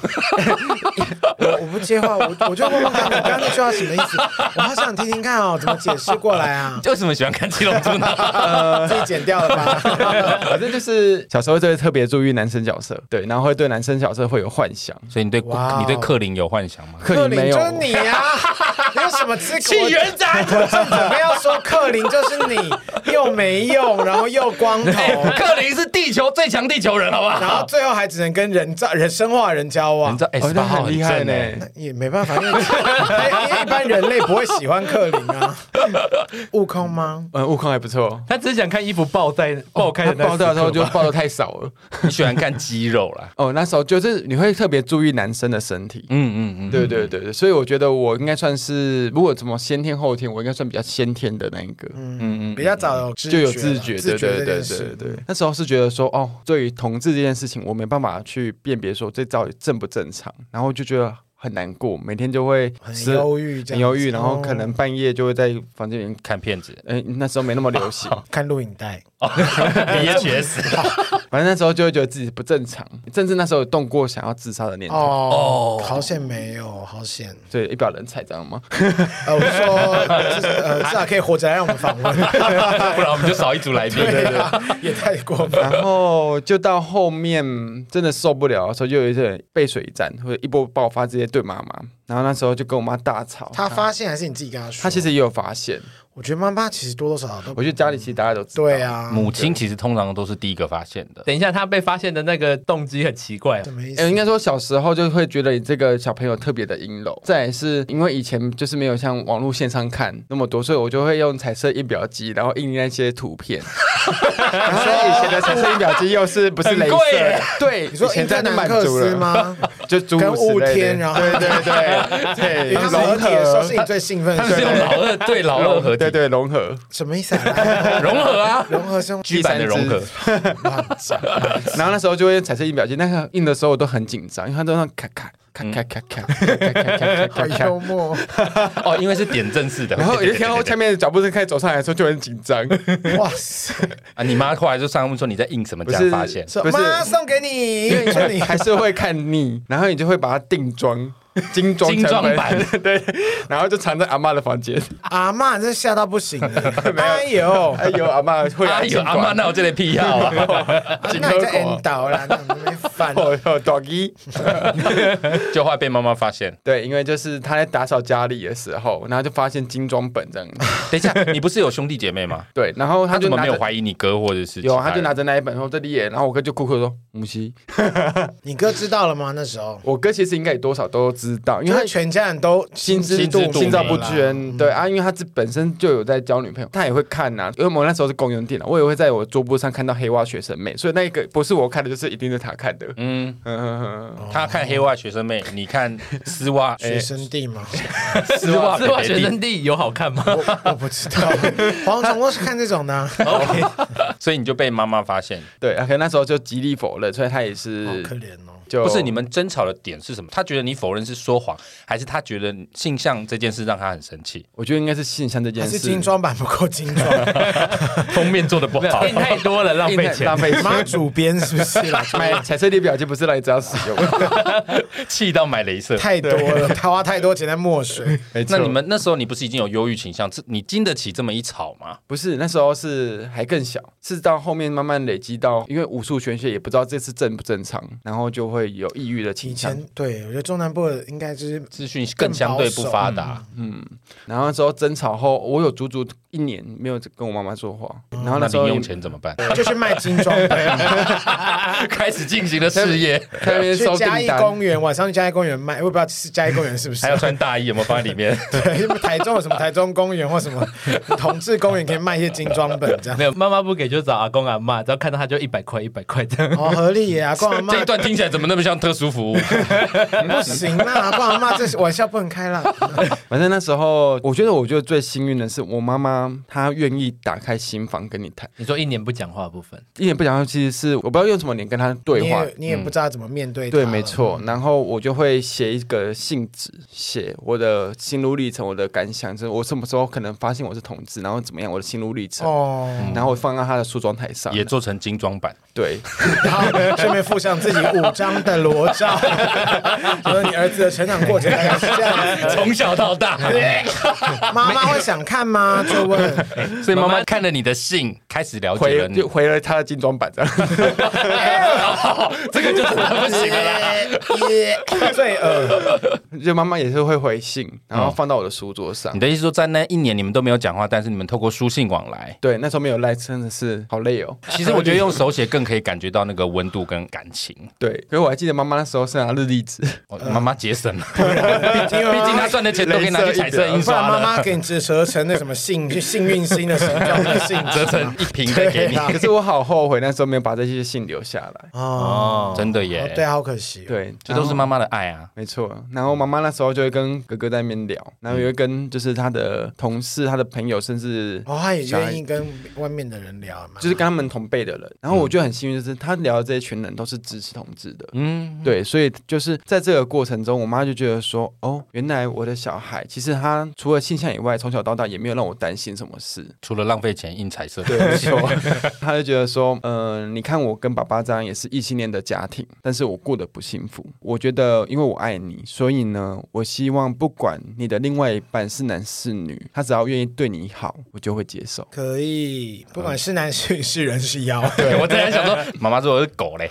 Speaker 2: 我我不接话，我我就问问看，你刚刚那句话什么意思？我好想听听看哦，怎么解释过来啊？
Speaker 1: 为什么喜欢看七龙珠呢？
Speaker 2: 自己剪掉了吧？
Speaker 4: 反正 就是小时候就会特别注意男生角色，对，然后会对男生角色会有幻想。
Speaker 1: 所以你对
Speaker 2: 哇哦
Speaker 1: 你对克林有幻想 吗？
Speaker 4: 克林没有，
Speaker 2: 就是你呀、你有什么资格？
Speaker 1: 气元
Speaker 2: 宅，我正准备要说克林就是你，又没用，然后又光头，
Speaker 1: 克林是地球最强地球人，好不
Speaker 2: 然后
Speaker 1: 好？
Speaker 2: 最后还只能跟人造人生化人交
Speaker 1: 你
Speaker 2: 往哎
Speaker 1: 知。
Speaker 3: 哎
Speaker 1: 道 S
Speaker 4: 哦那
Speaker 1: 八号
Speaker 4: 很
Speaker 1: 很
Speaker 4: 厉害
Speaker 1: 正
Speaker 4: 呢
Speaker 1: 呢。
Speaker 2: 也没办法，因为因为一般人类不会喜欢克林啊。悟空吗？
Speaker 4: 嗯，悟空还不错，
Speaker 3: 他只是想看衣服爆在爆开
Speaker 4: 他
Speaker 3: 的那时刻吧、
Speaker 4: 爆掉的时候就爆的太少了。
Speaker 1: 你喜欢看肌肉啦。
Speaker 4: 哦，那时候就是你会特别注意男生的身体。
Speaker 1: 嗯嗯嗯，
Speaker 4: 对对对对，所以我觉得我应该算是，如果怎么先天后天，我应该算比较先天的那一个，
Speaker 2: 嗯嗯，比较早有知
Speaker 4: 就有
Speaker 2: 了
Speaker 4: 自觉，
Speaker 2: 自
Speaker 4: 对
Speaker 2: 觉
Speaker 4: 对
Speaker 2: 这件
Speaker 4: 对对
Speaker 2: 事嗯
Speaker 4: 对。那时候是觉得说，哦，对于同志这件事情，我没办法去辨别说这到底正不正常，然后就觉得很难过，每天就会
Speaker 2: 很
Speaker 4: 是
Speaker 2: 忧郁这样子，
Speaker 4: 很忧郁，然后
Speaker 2: 哦
Speaker 4: 可能半夜就会在房间里面。
Speaker 1: 看片 子
Speaker 4: 哎，那时候没那么 流行，
Speaker 2: 看录影带，
Speaker 1: ，BHS
Speaker 4: 反正那时候就会觉得自己不正常，甚至那时候有动过想要自杀的念头。
Speaker 2: 哦，好险没有，好险。
Speaker 4: 对，一表人才，知道吗？
Speaker 2: 呃，我是说，至呃，至少可以活着来让我们访问，
Speaker 1: 不然我们就少一组来宾。
Speaker 2: 对啊， 也太过分了。
Speaker 4: 然后就到后面真的受不了的时候，就有一点背水一战，或者一波爆发直接对妈妈。然后那时候就跟我妈大吵。
Speaker 2: 他发现还是你自己跟他说？
Speaker 4: 她其实，也有发现，
Speaker 2: 我觉得妈妈其实多多少少都
Speaker 4: 我觉得家里其实大家都知道。
Speaker 2: 对，啊，
Speaker 1: 母亲其实通常都是第一个发现 的。
Speaker 3: 等一下，他被发现的那个动机很奇怪、啊
Speaker 2: 什么意思？
Speaker 4: 哎，应该说小时候就会觉得你这个小朋友特别的阴柔，再来是因为以前就是没有像网络线上看那么多，所以我就会用彩色印表机，然后印那些图片。然后以前的彩色印表机又是不是
Speaker 3: 很
Speaker 4: 镭
Speaker 3: 贵
Speaker 4: 射
Speaker 3: 耶
Speaker 4: 的？对，
Speaker 2: 你
Speaker 4: 以
Speaker 2: 说
Speaker 4: 前
Speaker 2: 印特
Speaker 4: 真的
Speaker 2: 南
Speaker 4: 满
Speaker 2: 克
Speaker 4: 足
Speaker 2: 斯
Speaker 4: 了？
Speaker 2: 吗？
Speaker 4: 就诸
Speaker 2: 跟
Speaker 4: 如此
Speaker 2: 雾
Speaker 4: 类的
Speaker 2: 天，然后
Speaker 4: 对对对 对，
Speaker 2: 因为他们合体的时候是你最兴奋的
Speaker 1: 他们是
Speaker 2: 时
Speaker 1: 用
Speaker 2: 候，
Speaker 1: 老二对老二合体
Speaker 4: 对对融合。
Speaker 2: 什么意思啊 来？
Speaker 1: 融合啊，
Speaker 2: 融合兄弟
Speaker 1: 剧版的融合
Speaker 4: 第。然后那时候就会彩色印表机，那个印的时候我都很紧张，因为它都那种咔咔咔咔咔咔咔咔咔
Speaker 2: 好
Speaker 4: 咔咔
Speaker 2: 幽
Speaker 4: 咔。
Speaker 2: 默，
Speaker 1: 哦，因为是点阵式的。
Speaker 4: 然后有一天
Speaker 1: 对对对对对
Speaker 4: 下面的脚步声开始走上来的时候就很紧 张，
Speaker 2: 哇塞！
Speaker 1: 啊，你妈后来就上问说你在印什么，这
Speaker 4: 不
Speaker 1: 样
Speaker 4: 是
Speaker 1: 发现。
Speaker 2: 说
Speaker 4: 不是
Speaker 2: 妈送给你，说你
Speaker 4: 还是会看腻，然后你就会把它定妆。精装
Speaker 1: 精装
Speaker 4: 成分
Speaker 1: 版
Speaker 4: 对，然后就藏在阿妈的房间。
Speaker 2: 阿妈真吓到不行了， 哎呦，
Speaker 4: 哎呦，阿妈会
Speaker 1: 哎
Speaker 4: 来
Speaker 1: 呦，
Speaker 4: 尽
Speaker 1: 哦阿
Speaker 4: 管哦
Speaker 1: 妈，那我这里癖好啊，
Speaker 4: 紧
Speaker 2: 那你在
Speaker 4: 张过
Speaker 2: N 导啦，那没 烦。
Speaker 4: 哦哟，大姨。
Speaker 1: 就后来被妈妈发现。
Speaker 4: 对，因为就是他在打扫家里的时候，然后就发现精装本这样子。
Speaker 1: 等一下，你不是有兄弟姐妹吗？
Speaker 4: 对，然 后
Speaker 1: 他
Speaker 4: 他
Speaker 1: 怎
Speaker 4: 就
Speaker 1: 么
Speaker 4: 拿
Speaker 1: 没
Speaker 4: 着
Speaker 1: 有怀疑你哥或者是
Speaker 4: 有啊，他就拿
Speaker 1: 着
Speaker 4: 着那一本说这里耶，然后我哥就哭哭地说母鸡。
Speaker 2: 你哥知道了吗？那时候，
Speaker 4: 我哥其实应该也多少都知道，因
Speaker 2: 因
Speaker 4: 为
Speaker 2: 为
Speaker 4: 他
Speaker 2: 全家人都
Speaker 4: 心知
Speaker 2: 啊
Speaker 4: 啊
Speaker 1: 肚明嗯
Speaker 4: 心照不
Speaker 2: 啦
Speaker 4: 宣，对啊，因为他自本身就有在交女朋友，他也会看呐、因为我们那时候是公用电脑，我也会在我桌布上看到黑袜学生妹，所以那一个不是我看的，就是一定是他看的。
Speaker 1: 嗯，
Speaker 4: 嗯，
Speaker 1: 他看黑袜学生妹，你看丝袜哎
Speaker 2: 学生弟吗？
Speaker 1: 丝 袜
Speaker 3: 丝袜学
Speaker 1: 弟
Speaker 3: 生弟有好看吗？
Speaker 2: 我我不知道，黄总我是看这种的啊，
Speaker 1: 所以你就被妈妈发现。
Speaker 4: 对，啊可能那时候就极力否认，所以他也
Speaker 2: 好
Speaker 4: 是
Speaker 2: 可怜哦。
Speaker 4: 就
Speaker 1: 不是你们争吵的点是什么？他觉得你否认是说谎，还是他觉得性向这件事让他很生气？
Speaker 4: 我觉得应该是性向这件
Speaker 2: 还是
Speaker 4: 事，
Speaker 2: 精装版不够精装，
Speaker 1: 封面做的不好
Speaker 3: 印太多了，浪
Speaker 4: 浪
Speaker 3: 费
Speaker 4: 费
Speaker 3: 钱
Speaker 4: 浪。费
Speaker 2: 妈
Speaker 4: 钱。
Speaker 2: 主编是不是啦？
Speaker 4: 买彩色列表就不是来这样使用，
Speaker 1: 气到买镭射。
Speaker 2: 太多了，他花太多钱在墨水，
Speaker 4: 没错
Speaker 1: 那你们那时候你不是已经有忧郁倾向？这你经得起这么一吵吗？
Speaker 4: 不是，那时候是还更小，是到后面慢慢累积到，因为武术玄学也不知道这次正不正常，然后就会有抑郁的
Speaker 2: 以
Speaker 4: 倾向
Speaker 2: 前。对我觉得中南部的应该就是
Speaker 1: 资讯更嗯相对不发达，
Speaker 4: 然后那时候争吵后，我有足足一年没有跟我妈妈说话。
Speaker 2: 嗯
Speaker 4: 然后
Speaker 1: 那
Speaker 4: 那时候
Speaker 1: 零用钱怎么办？
Speaker 2: 就去卖精装版，
Speaker 1: 开始进行了事 业，
Speaker 4: 在那 边
Speaker 2: 去
Speaker 4: 收订
Speaker 2: 嘉义
Speaker 4: 单
Speaker 2: 公，园晚上去嘉义公园卖，我也不知道是嘉义公园是不是
Speaker 1: 还要。穿大衣，有没有放在里面？
Speaker 2: 对， 因为台中有什么台中公园或什么 同志公园可以卖一些精装本这样
Speaker 3: 没，有，妈妈不给就找阿公阿妈，只要看到他就一百块一百块这样。
Speaker 2: 哦，合理呀，光阿妈
Speaker 1: 这一段听起来怎么那么像特殊服务？
Speaker 2: 不行啦，不然阿妈这玩笑不能开啦。
Speaker 4: 反正那时候我觉得，我觉得最幸运的是我妈妈，她愿意打开心房跟你谈。
Speaker 3: 你说一年不讲话的部分，
Speaker 4: 一点不讲，其实是我不知道用什么脸跟她对话
Speaker 2: 你也。你也不知道怎么面
Speaker 1: 嗯
Speaker 2: 对、嗯
Speaker 4: 对，没。错。然后我就会写一个信纸，写我的心路历程、我的感想，就是我什么时候可能发现我是同志，然后怎么样，我的心路历程。
Speaker 2: 哦，
Speaker 4: 然后我放到她的梳妆台上，
Speaker 1: 也做成精装版，
Speaker 4: 对，
Speaker 2: 然后顺便附上自己五张的裸 照，就是你儿子的成长过程大概是这样子。
Speaker 1: 从小到 大，
Speaker 2: 妈妈会想看吗？就问。
Speaker 1: 所以妈妈看了你的信，开始了解了
Speaker 4: 回
Speaker 1: 你哎
Speaker 4: 就。 回了她的精装版这样。
Speaker 1: 这个就真的 不行了啊啦。
Speaker 2: 最恶，
Speaker 4: 就妈妈也是会回信，然
Speaker 1: 嗯
Speaker 4: 后放到我的书桌上。
Speaker 1: 你的意思说，在那一年你们都没有讲话，但是你们透过书信往 来。
Speaker 4: 对，那时候没有赖，真的是好累哦。
Speaker 1: 其实我觉得用手写更可以感觉到那个温度跟感情。哦
Speaker 4: 对，可是我还记得妈妈那时候是拿日历纸，
Speaker 2: 呃
Speaker 1: 我妈妈节省了，
Speaker 2: 啊
Speaker 1: 毕竟他赚的钱都可以拿去彩色印
Speaker 2: 不然
Speaker 1: 刷
Speaker 2: 妈
Speaker 1: 了，
Speaker 2: 妈给你折折成那什么幸幸运星的形 状的信
Speaker 1: 折
Speaker 2: 纸，
Speaker 1: 成一瓶再给
Speaker 2: 啊
Speaker 1: 你。
Speaker 4: 可是我好后悔那时候没有把这些信留下来。
Speaker 2: 哦，
Speaker 1: 真的
Speaker 2: 哦
Speaker 1: 耶，
Speaker 2: 对啊，哦好可惜哦。
Speaker 4: 对，
Speaker 1: 这都是妈妈的爱啊。
Speaker 4: 没错，然后妈妈那时候就会跟哥哥在那边聊，然后也
Speaker 1: 嗯
Speaker 4: 会跟就是他的同事、他的朋友，甚至
Speaker 2: 哦，他也
Speaker 4: 小孩
Speaker 2: 愿意跟外面的人聊嘛，
Speaker 4: 就是跟他们同辈的人。然后我就很幸运，就是他聊的这一群人都是支持同志的。
Speaker 1: 嗯，
Speaker 4: 对，所以就是在这个过程中，我妈就觉得说，哦，原来我的小孩其实他除了性向以外，从小到大也没有让我担心什么事。
Speaker 1: 除了浪费钱印彩色，
Speaker 4: 对，
Speaker 2: 啊
Speaker 4: 没错，他就觉得说，嗯、你看我跟爸爸这样也是异性恋的家庭，但是我过得不幸福。我觉得，因为我爱你，所以呢，我希望不管你的另外一半是男是女，他只要愿意对你好，我就会接受。
Speaker 2: 可以，不管是男是女是人是妖，
Speaker 1: 我突然想
Speaker 2: 啊
Speaker 1: 说，妈妈说我是狗 嘞，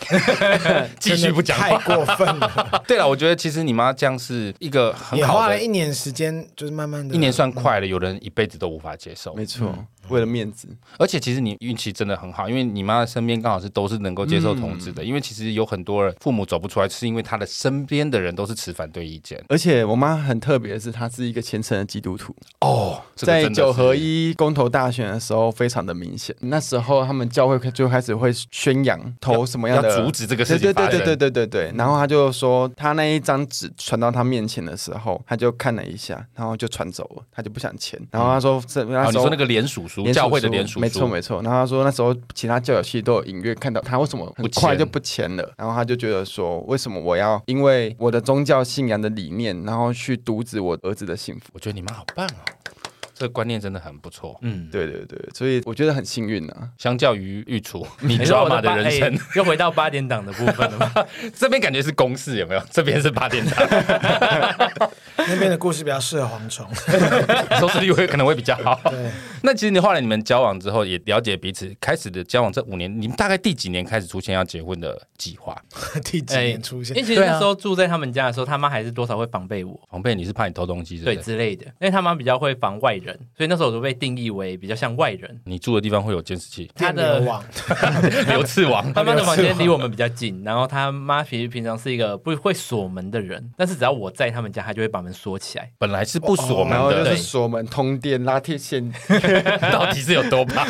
Speaker 1: 继续不讲
Speaker 2: 真
Speaker 1: 话。
Speaker 2: 的太过分了。
Speaker 1: 对了，我觉得其实你妈这样是一个很
Speaker 2: 也
Speaker 1: 好
Speaker 2: 花了
Speaker 1: 的，
Speaker 2: 一年嗯时间，就是慢慢的，
Speaker 1: 一年算快了，有人一辈子都无法接受。
Speaker 4: 没错，为了面子，
Speaker 1: 而且其实你运气真的很好，因为你妈身边刚好是都是能够接受同志的，
Speaker 4: 嗯
Speaker 1: 因为其实有很多人父母走不出来，是因为他的身边的人都是持反对意见。
Speaker 4: 而且我妈很特别的是，她是一个虔诚的基督徒，
Speaker 1: 哦，这个
Speaker 4: 在
Speaker 1: 真的是
Speaker 4: 九合一公投大选的时候非常的明显。那时候他们教会就开始会宣扬投什么样
Speaker 1: 要
Speaker 4: 的
Speaker 1: 阻止这个事
Speaker 4: 对
Speaker 1: 情
Speaker 4: 对
Speaker 1: 发
Speaker 4: 对
Speaker 1: 生。
Speaker 4: 对对对对对。然后他就说，他那一张纸传到他面前的时候，他就看了一下，然后就传走了，他就不想签。然后他说，这那
Speaker 1: 哦，
Speaker 4: 时
Speaker 1: 你
Speaker 4: 候
Speaker 1: 说那个联署书，
Speaker 4: 联署
Speaker 1: 教会的
Speaker 4: 书
Speaker 1: 联署书，
Speaker 4: 没错没错。然后他说那时候其他教友其实都有隐约看到他为什么很
Speaker 1: 不签
Speaker 4: 快就不签了，然后他就觉得说，为什么我要因为我的宗教信仰的理念，然后去阻止我儿子的幸福？
Speaker 1: 我觉得你妈好棒哦，这个观念真的很不错。
Speaker 3: 嗯，
Speaker 4: 对对对，所以我觉得很幸运啊。
Speaker 1: 相较于御 厨，你
Speaker 3: 你说
Speaker 1: 抓
Speaker 3: 我
Speaker 1: 马的
Speaker 3: 八
Speaker 1: 人生，
Speaker 3: 哎又回到八点档的部分了吗？
Speaker 1: 这边感觉是公式 有没有？这边是八点档，
Speaker 2: 那边的故事比较适合蝗虫。
Speaker 1: 收视率会可能会比较好。
Speaker 2: 对，
Speaker 1: 那其实你后来你们交往之后，也了解彼此，开始的交往这五年，你们大概第几年开始出现要结婚的计划？
Speaker 2: 第几年出现，
Speaker 3: 哎因为？其实那时候住在他们家的时候，他妈还是多少会防备我。
Speaker 1: 防备你是怕你偷东西是不
Speaker 3: 对
Speaker 1: 是，
Speaker 3: 之类的，因为他妈比较会防外人，所以那时候我就被定义为比较像外人。
Speaker 1: 你住的地方会有监视器
Speaker 3: 他
Speaker 2: 电
Speaker 3: 的
Speaker 2: 流网啊
Speaker 1: 有刺网。
Speaker 3: 他妈的房间离我们比较近，然后他妈其实平常是一个不会锁门的人，但是只要我在他们家，他就会把门锁 起来。
Speaker 1: 本来是不锁门
Speaker 4: 然后就
Speaker 1: 的
Speaker 4: 是，锁门、通电、拉铁线，
Speaker 1: 到底是有多怕？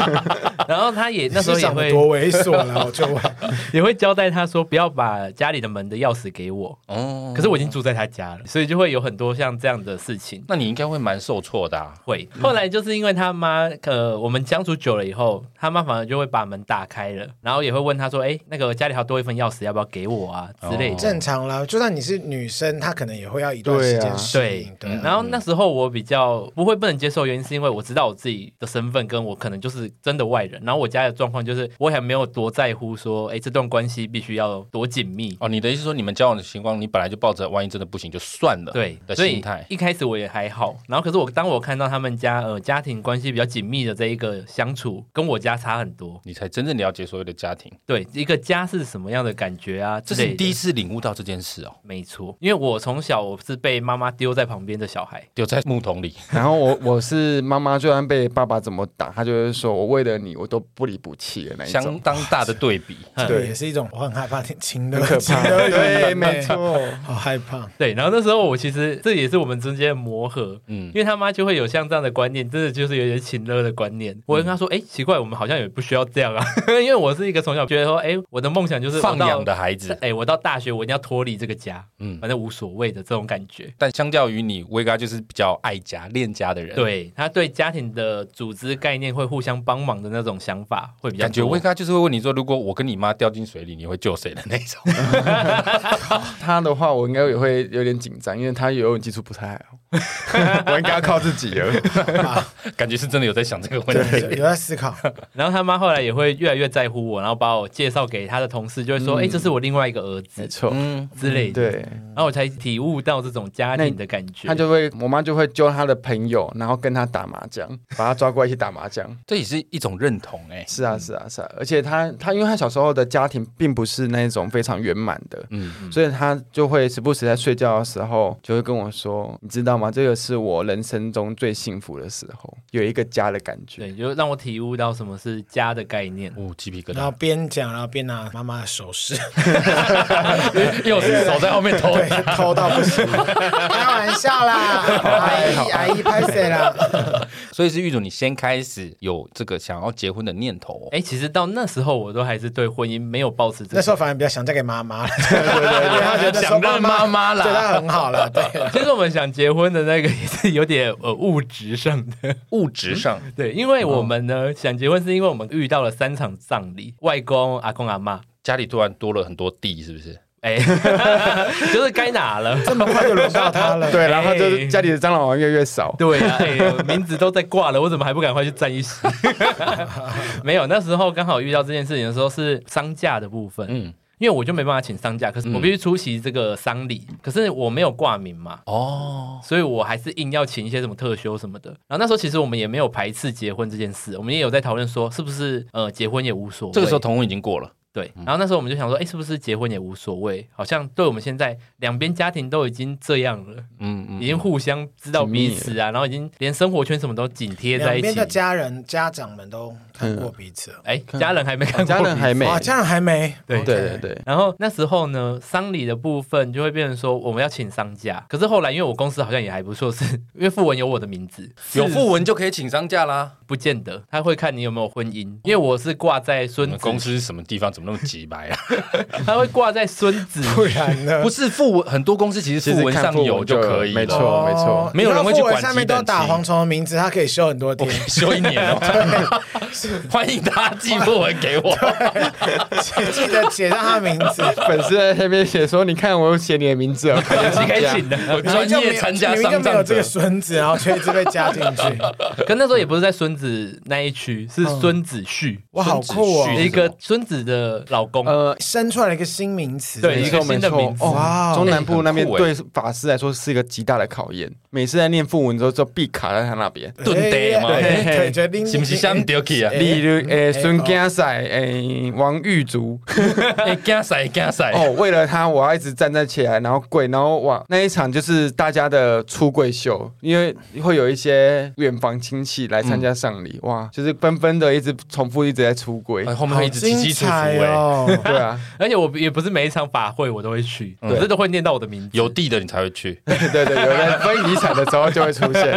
Speaker 3: 然后他也那时候
Speaker 2: 是
Speaker 3: 也
Speaker 2: 长
Speaker 3: 会
Speaker 2: 得多猥琐了，我就问，
Speaker 3: 也会交代他说不要把家里的门的钥匙给我。
Speaker 1: 哦，
Speaker 3: 可是我已经住在他家了，所以就会有很多像这样的事情。
Speaker 1: 那你应该会蛮受挫的啊。
Speaker 3: 会，后来就是因为他妈，呃，我们相处久了以后，他妈反而就会把门打开了，然后也会问他说：“哎、那个家里还有多一份钥匙，要不要给我啊？”
Speaker 1: 哦
Speaker 3: 之类的。
Speaker 2: 正常啦。就算你是女生，她可能也会要一段时
Speaker 4: 对啊
Speaker 2: 间适
Speaker 3: 对
Speaker 2: 应。，对啊，
Speaker 3: 然后那时候我比较不会不能接受，原因是因为我知道我自己的身份，跟我可能就是真的外人。然后我家的状况就是，我也没有多在乎说，哎，这段关系必须要多紧密。
Speaker 1: 哦，你的意思说你们交往的情况，你本来就抱着万一真的不行就算了
Speaker 3: 对
Speaker 1: 的，
Speaker 3: 所
Speaker 1: 心
Speaker 3: 以
Speaker 1: 态。
Speaker 3: 一开始我也还好，然后可是我当我看到他们家呃家庭关系比较紧密的这一个相处，跟我家差很多。
Speaker 1: 你才真正了解所谓的家庭，
Speaker 3: 对，一个家是什么样的感觉啊？
Speaker 1: 这
Speaker 3: 之
Speaker 1: 是
Speaker 3: 类
Speaker 1: 你
Speaker 3: 的
Speaker 1: 第一，次领悟到这件事哦，
Speaker 3: 没错，因为我从小我是被妈妈丢在旁边的小孩，
Speaker 1: 丢在木桶里。
Speaker 4: 然后我 我是妈妈，就算被爸爸怎么打，她就会说我为了你，我都不离不弃的那一
Speaker 1: 相
Speaker 4: 种，
Speaker 1: 当大的对比。
Speaker 2: 对，也是一种我很害怕听情的
Speaker 4: 很可怕。对，
Speaker 2: 情勒
Speaker 4: 没，错。
Speaker 2: 啊好害怕。
Speaker 3: 对，然后那时候我其实这也是我们之间的磨合，
Speaker 1: 嗯
Speaker 3: 因，为他妈就会有像这样的观念，真的就是有点请乐的观念。我跟他
Speaker 1: 嗯
Speaker 3: 说，哎、奇怪，我们好像也不需要这样啊， 因为我是一个从小觉得说，哎、我的梦想就是
Speaker 1: 放养
Speaker 3: 的，
Speaker 1: 的孩子，
Speaker 3: 哎、我到大学我一定要脱离这个家，
Speaker 1: 嗯。
Speaker 3: 反正无所谓的这种感觉。
Speaker 1: 但相较于你，威嘎就是比较爱家、恋家的人。，
Speaker 3: 对他对家庭的组织概念会互相帮忙的那种想法会比较
Speaker 1: 感觉
Speaker 3: 多
Speaker 1: 威嘎就是会问你说，如果我跟你妈掉进水里，你会救谁的那种。
Speaker 4: 她的话，我应该也会有点紧张，因为她游泳技术不太好， 我应该要靠自己 了。
Speaker 1: 感觉是真的有在想这个问
Speaker 2: 对，
Speaker 1: 题。
Speaker 2: 有在思考，
Speaker 3: 然后他妈后来也会越来越在乎我，然后把我介绍给他的同事，就会说：“哎、这是我另外一个儿
Speaker 4: 嗯
Speaker 3: 子
Speaker 4: 没错，
Speaker 1: 嗯，
Speaker 3: 之类的。
Speaker 4: 对，
Speaker 3: 然后我才体悟到这种家庭的感觉。
Speaker 4: 她就会，我妈就会揪她的朋友，然后跟她打麻将，把她抓过来一起打麻将。
Speaker 1: 这也是一种认同哎、
Speaker 4: 是啊，是啊，是啊，而且她她因为她小时候的家庭并不是那一种非常圆满的，
Speaker 1: 嗯，，
Speaker 4: 所以她就会时不时在睡觉的时候就会跟我说，你知道吗？这个是我人生中最幸福的时候，有一个家的感觉。
Speaker 3: 对，就让我体悟到什么是家的概念
Speaker 1: 哦，鸡皮疙
Speaker 2: 然后
Speaker 1: 瘩，
Speaker 2: 边讲，然后边拿妈妈的首 饰，
Speaker 1: 又是手在后面偷
Speaker 2: 对，偷到不行，开玩笑啦，阿姨阿姨拍谁啦？
Speaker 1: 所以是玉主，你先开始有这个想要结婚的念头、哦。
Speaker 3: 哎、其实到那时候我都还是对婚姻没有抱持这个。
Speaker 2: 那时候反而比较想嫁给妈妈了，对对对，他觉得说
Speaker 3: 想认妈妈啦
Speaker 2: 对她很好了，对。
Speaker 3: 其实我们想结婚的那个也是有点呃物质上的，
Speaker 1: 哎物质上，
Speaker 3: 对，因为我们呢、想结婚是因为我们遇到了三场葬礼，外公、阿公、阿妈，
Speaker 1: 家里突然多了很多地，是不是？
Speaker 3: 哎、 就是该拿了。
Speaker 2: 这么快就轮到他
Speaker 3: 哎
Speaker 2: 了，
Speaker 1: 哎
Speaker 4: 对，然后就是 家里的蟑螂王越来越少。
Speaker 3: 对啊，哎、名字都在挂了，我怎么还不赶快去站一 席？没有，那时候刚好遇到这件事情的时候是丧假的部分，
Speaker 1: 嗯，
Speaker 3: 因为我就没办法请丧假，可是我必须出席这个丧礼，可是我没有挂名嘛，
Speaker 1: 嗯哦，
Speaker 3: 所以我还是硬要请一些什么特休什么的。然后那时候其实我们也没有排斥结婚这件事，我们也有在讨论说是不是呃结婚也无所谓。
Speaker 1: 这个时候同婚已经过了，
Speaker 3: 对，然后那时候我们就想说，哎，是不是结婚也无所谓？好像对我们现在两边家庭都已经这样了，
Speaker 1: 嗯嗯，
Speaker 3: 已经互相知道
Speaker 4: 紧密
Speaker 3: 彼此啊，然后已经连生活圈什么都紧贴 在
Speaker 2: 两
Speaker 3: 一
Speaker 2: 边
Speaker 3: 起
Speaker 2: 的。家人家长们都看过彼此了，
Speaker 3: 哎，家人还没看过，
Speaker 4: 家人还没，
Speaker 2: 哇，家人还没，
Speaker 3: 对
Speaker 2: OK
Speaker 4: 对对。对，
Speaker 3: 然后那时候呢，丧礼的部分就会变成说我们要请丧假。可是后来，因为我公司好像也还不错，是因为副文有我的名字，
Speaker 1: 有附文就可以请丧假啦。
Speaker 3: 不见得，他会看你有没有婚姻，因为我是挂在
Speaker 1: 你
Speaker 3: 孙
Speaker 1: 们
Speaker 3: 子，
Speaker 1: 嗯公司是什么地方怎么那么急白啊？
Speaker 3: 他会挂在孙子。
Speaker 2: 不然 呢？
Speaker 1: 不是附文，很多公司其实附文上有就可以了，
Speaker 4: 没错
Speaker 2: 哦
Speaker 4: 没错
Speaker 1: 没有人会去管
Speaker 2: 你知道上面都打蝗虫的名字，他可以修很多天。
Speaker 1: 休一年哦。 欢迎大家寄附文给 我。
Speaker 2: 请 记得写上他的名字，
Speaker 4: 粉丝在下面写说：“你看，我有写你的名字了。哦
Speaker 3: 应该请的，
Speaker 1: 我专业参加
Speaker 2: 明
Speaker 1: 丧
Speaker 2: 明就没有
Speaker 1: 葬
Speaker 2: 这
Speaker 1: 者
Speaker 2: 个，孙子，然后却一直被加进去，
Speaker 3: 可那时候也不是在孙子那一区，是孙子旭，
Speaker 2: 哇，好酷哦！
Speaker 1: 嗯
Speaker 3: 一个孙子的老”公，
Speaker 4: 呃，
Speaker 2: 生出来了一个新名词，
Speaker 3: 对
Speaker 4: 没
Speaker 3: 一个
Speaker 4: 错
Speaker 3: 新
Speaker 4: 没
Speaker 3: 的
Speaker 4: 错
Speaker 3: 名，字
Speaker 2: 哇
Speaker 4: 哦，中南部那边
Speaker 1: 很酷欸
Speaker 4: 对法师来说是一个极大的考验。每次在念副文之后，就必卡在他那边。
Speaker 1: 盾得嘛
Speaker 2: 对
Speaker 4: 嘿
Speaker 2: 哎对，
Speaker 4: 嘿
Speaker 2: 决定
Speaker 1: 是不是想丢去啊？
Speaker 4: 例如，诶，
Speaker 2: 哎
Speaker 4: 孙家赛，诶，王玉竹，
Speaker 1: 哎， 干赛干赛
Speaker 4: 哦，为了他，我要一直站在起来，然后跪，然后哇，那一场就是大家的出柜秀，因为会有一些远房亲戚来参加丧礼，哇，就是纷纷的一直重复一直在出柜，
Speaker 1: 哎后面
Speaker 2: 好
Speaker 1: 会一直起
Speaker 2: 精
Speaker 1: 起伏伏
Speaker 2: 彩
Speaker 1: 哎。
Speaker 2: 哦！
Speaker 4: 对啊，
Speaker 3: 而且我也不是每一场法会我都会去，
Speaker 1: 嗯
Speaker 3: 可是都会念到我的名字。
Speaker 1: 有地的你才会去，
Speaker 4: 对对对，有人分遗产的时候就会出现，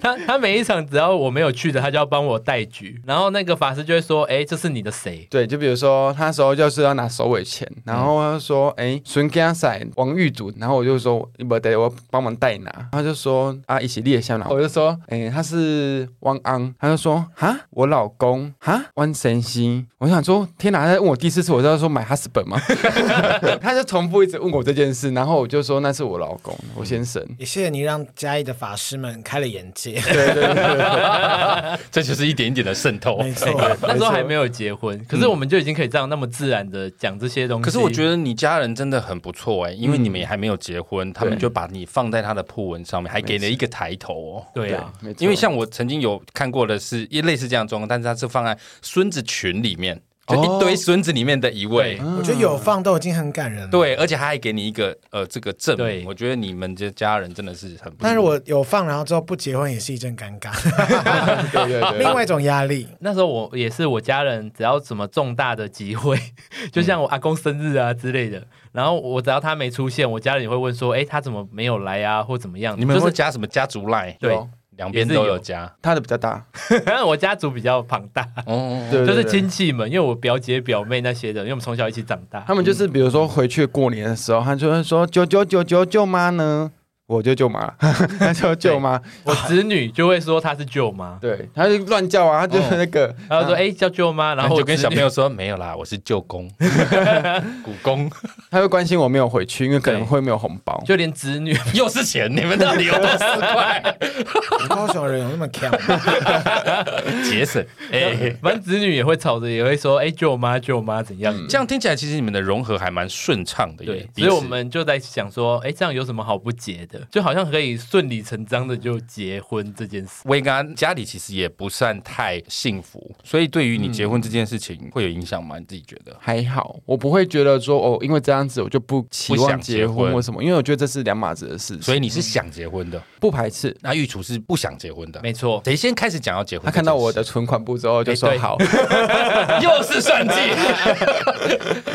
Speaker 3: 他他每一场只要我没有去的，他就要帮我带局，然后那个法师就会说，哎，这是你的谁？
Speaker 4: 对，就比如说他那时候就是要拿首尾钱，然后他就说，哎，孙家赛王玉竹，然后我就说，你不得我帮忙代拿，他就说啊，一起列下拿，我就说，哎，他是汪昂，他就说哈，我老公哈，汪神熙，我想说，天哪，他在问我第四次，我就要说买哈斯本吗？ 他就重复一直问我这件事，然后我就说那是我老公，我先生。
Speaker 2: 也谢谢你让嘉义的法师们开了眼界，
Speaker 4: 对对对，
Speaker 1: 这就是一点一点的渗透。
Speaker 2: 没错。
Speaker 3: 那时候还没有结婚，可是我们就已经可以这样那么自然的讲这些东西。
Speaker 1: 可是我觉得你家人真的很不错哎、因为你们也还没有结婚，他们
Speaker 4: 对
Speaker 1: 就把你放在他的铺文上面，还给了一个抬头哦。
Speaker 3: 对啊，
Speaker 4: 没错
Speaker 1: 因为像我曾经有看过的是一类似这样的状况，但是它是放在孙子群里面，就一堆孙子里面的一位。
Speaker 2: 我觉得有放都已经很感人了。
Speaker 1: 对，而且他还给你一个呃这个证
Speaker 3: 对
Speaker 1: 明，我觉得你们这家人真的是很不错。
Speaker 2: 但是我有放，然后之后不结婚也是一阵尴尬，
Speaker 4: 对对对，
Speaker 2: 另外一种压力。
Speaker 3: 那时候我也是我家人，只要什么重大的集会， 就
Speaker 1: 嗯
Speaker 3: 像我阿公生日啊之类的，然后我只要他没出现，我家人也会问说，哎、他怎么没有来啊，或怎么样？
Speaker 1: 你们有没
Speaker 3: 就
Speaker 1: 有
Speaker 3: 是
Speaker 1: 加什么家族赖？
Speaker 3: 对，
Speaker 4: 有
Speaker 1: 两边
Speaker 3: 也是
Speaker 1: 都有
Speaker 3: 有
Speaker 1: 加。
Speaker 4: 他的比较大，
Speaker 3: 我家族比较庞大，
Speaker 1: 哦，
Speaker 4: 对
Speaker 3: 就
Speaker 4: 对
Speaker 3: 是
Speaker 4: 对
Speaker 3: 亲戚们，因为我表姐表妹那些的，因为我们从小一起长大
Speaker 4: 他。们就是比如说回去过年的时候，他就会说九九九九舅妈呢，我就舅妈，他就舅妈，
Speaker 3: 我侄女就会说她是 舅妈，
Speaker 4: 对，他就乱叫啊，他就
Speaker 1: 哦
Speaker 4: 那个，啊
Speaker 3: 然后说哎、叫舅妈，然
Speaker 1: 然
Speaker 3: 后
Speaker 1: 后啊
Speaker 3: 我
Speaker 1: 就跟
Speaker 3: 侄
Speaker 1: 小
Speaker 3: 女
Speaker 1: 朋友说没有啦，我是舅公、古公，
Speaker 4: 他会关心我没有回去，因为可能会没有红包。
Speaker 3: 就连侄女，
Speaker 1: 又是钱，你们到底有多四块？
Speaker 2: 高雄人有那么强吗？
Speaker 1: 节省，哎、
Speaker 3: 反正侄女也会吵着，也会说哎、舅妈舅妈怎样。
Speaker 1: 这样听起来，其实你们的融合还蛮顺畅的耶
Speaker 3: 对，
Speaker 1: 彼此
Speaker 3: 所以我们就在想说，哎、这样有什么好不解的，就好像可以顺理成章的就结婚这件事。
Speaker 1: 威刚家里其实也不算太幸福，所以对于你
Speaker 3: 嗯
Speaker 1: 结婚这件事情会有影响吗？你自己觉得？
Speaker 4: 还好，我不会觉得说哦，因为这样子我就不期
Speaker 1: 不
Speaker 4: 望
Speaker 1: 想
Speaker 4: 结
Speaker 1: 结婚
Speaker 4: 婚或什么，因为我觉得这是两码子的事情，
Speaker 1: 所以你是想结婚的，
Speaker 4: 不排斥。
Speaker 1: 那玉厨是不想结婚的。
Speaker 3: 嗯没错，
Speaker 1: 谁先开始讲要结婚？
Speaker 4: 他看到我的，存款簿之后就
Speaker 3: 哎
Speaker 4: 说
Speaker 3: 对
Speaker 4: 好，
Speaker 1: 又是算计。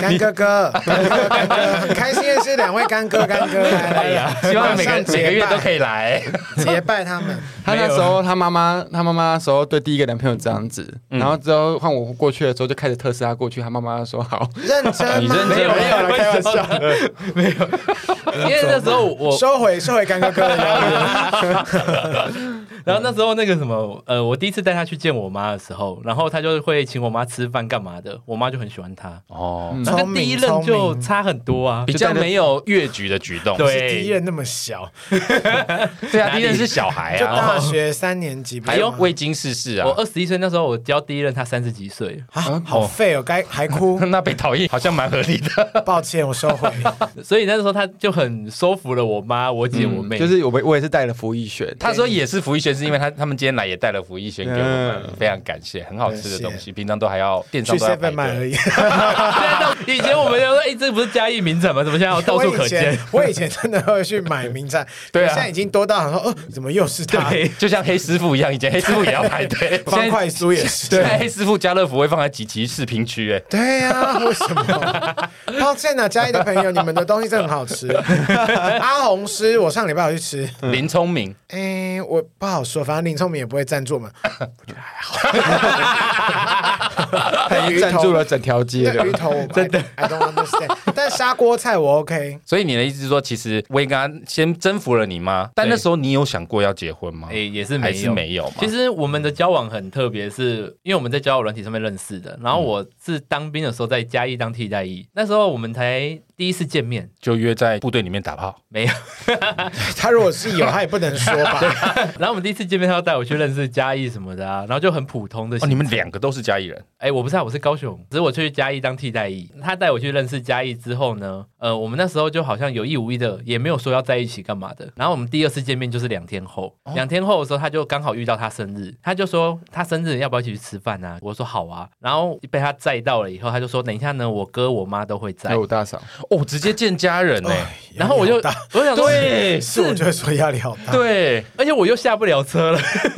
Speaker 2: 干哥哥，干哥哥，干哥，很开心的是两位干哥干哥来来来，
Speaker 1: 希望每个
Speaker 2: 马上结
Speaker 1: 每
Speaker 2: 拜
Speaker 1: 个月都可以 来。
Speaker 2: 结拜他们。
Speaker 4: 他那时候他妈妈，他妈妈那时候对第一个男朋友这样子，然后之后换我过去的时候就开始特斯拉过去，他妈妈说好，
Speaker 2: 认 真
Speaker 1: 你
Speaker 2: 吗？
Speaker 1: 认真
Speaker 2: 没有
Speaker 1: 吗
Speaker 2: 没有了，开玩笑。
Speaker 3: 因为那时候
Speaker 1: 哦
Speaker 3: 我
Speaker 2: 收回收回干哥哥的邀约。
Speaker 3: 然后那时候那个什么，呃，我第一次带他去见我妈的时候，然后他就会请我妈吃饭干嘛的，我妈就很喜欢他，
Speaker 1: 哦，
Speaker 4: 嗯
Speaker 3: 那跟第一任就差很多啊
Speaker 1: 比。较没有越局的举动。
Speaker 3: 对
Speaker 2: 第一任那么小，
Speaker 1: 对啊，第一任是小孩
Speaker 2: 就
Speaker 1: 啊，
Speaker 2: 大学三年级，
Speaker 1: 还有
Speaker 2: 不是吗
Speaker 1: 未经世事啊，
Speaker 3: 我。二十一岁那时候，我教第一任，他三十几岁，
Speaker 2: 啊，好废哦，该还哭
Speaker 1: 那被讨厌好像蛮合理的。
Speaker 2: 抱歉，我收 回。
Speaker 3: 所以那时候他就很收服了我妈、我
Speaker 1: 嗯
Speaker 3: 姐、我妹，
Speaker 4: 就是我我也是带了服役选，
Speaker 1: 他说也是福一轩，是因为他他们今天来也带了福一轩给我们，
Speaker 4: 嗯
Speaker 1: 非常感谢，很好吃的东西，平常都还要电
Speaker 2: 去
Speaker 1: 商都要
Speaker 2: seven
Speaker 1: 排
Speaker 2: 买而
Speaker 1: 队。
Speaker 2: 已。
Speaker 3: 现在到以前我们就说，哎、这不是嘉义名产吗？怎么现在要到
Speaker 2: 我
Speaker 3: 处
Speaker 2: 以
Speaker 3: 可见
Speaker 2: 前？ 我以前真的会去买名产，
Speaker 1: 对啊
Speaker 2: 可现在已经多到想说，哦，怎么又是他？
Speaker 3: 对，
Speaker 1: 就像黑师傅一样，以前黑师傅也要排队。
Speaker 2: 方
Speaker 1: 现在
Speaker 2: 块酥也是。
Speaker 1: 现在黑师傅家乐福会放在集集市评区，哎，
Speaker 2: 对呀、为什么？抱歉啊，嘉义的朋友，你们的东西真的很好吃。 阿红师，我上礼拜有去吃，
Speaker 1: 林聪明，
Speaker 2: 哎、我不好说，反正林聪明也不会赞助嘛。
Speaker 4: 他已经占住了整条街
Speaker 2: 那鱼
Speaker 4: 了。
Speaker 2: 头我真的 I don't understand，但砂锅菜我 OK。
Speaker 1: 所以你的意思是说，其实威刚先征服了你妈，但那时候你有想过要结婚吗
Speaker 3: 哎、？也是
Speaker 1: 还
Speaker 3: 没
Speaker 1: 是
Speaker 3: 有，
Speaker 1: 没有嘛？
Speaker 3: 其实我们的交往很特别，是因为我们在交友软体上面认识的。然后我是当兵的时候在嘉义当替代役，那时候我们才第一次见面，
Speaker 1: 就约在部队里面打炮。
Speaker 3: 没有。
Speaker 2: 他如果是有，他也不能说吧。
Speaker 3: 然后我们第一次见面，他要带我去认识嘉义什么的啊，然后就很普通的。
Speaker 1: 哦，你们两个都是嘉义人，
Speaker 3: 哎、我不是啊，我是高雄，只是我去嘉义当替代役。他带我去认识嘉义之后呢，呃，我们那时候就好像有意无意的，也没有说要在一起干嘛的。然后我们第二次见面就是两天后，
Speaker 2: 哦
Speaker 3: 两、天后的时候，他就刚好遇到他生日，他就说他生日要不要一起去吃饭啊？我说好啊。然后被他载到了以后，他就说等一下呢，我哥我妈都会在
Speaker 4: 还。有我大嫂，
Speaker 1: 哦，直接见家人哎呢。
Speaker 3: 然后我就我想说，
Speaker 1: 对
Speaker 2: 是我就会说压力好大。
Speaker 1: 对，
Speaker 3: 而且我又下不了车了，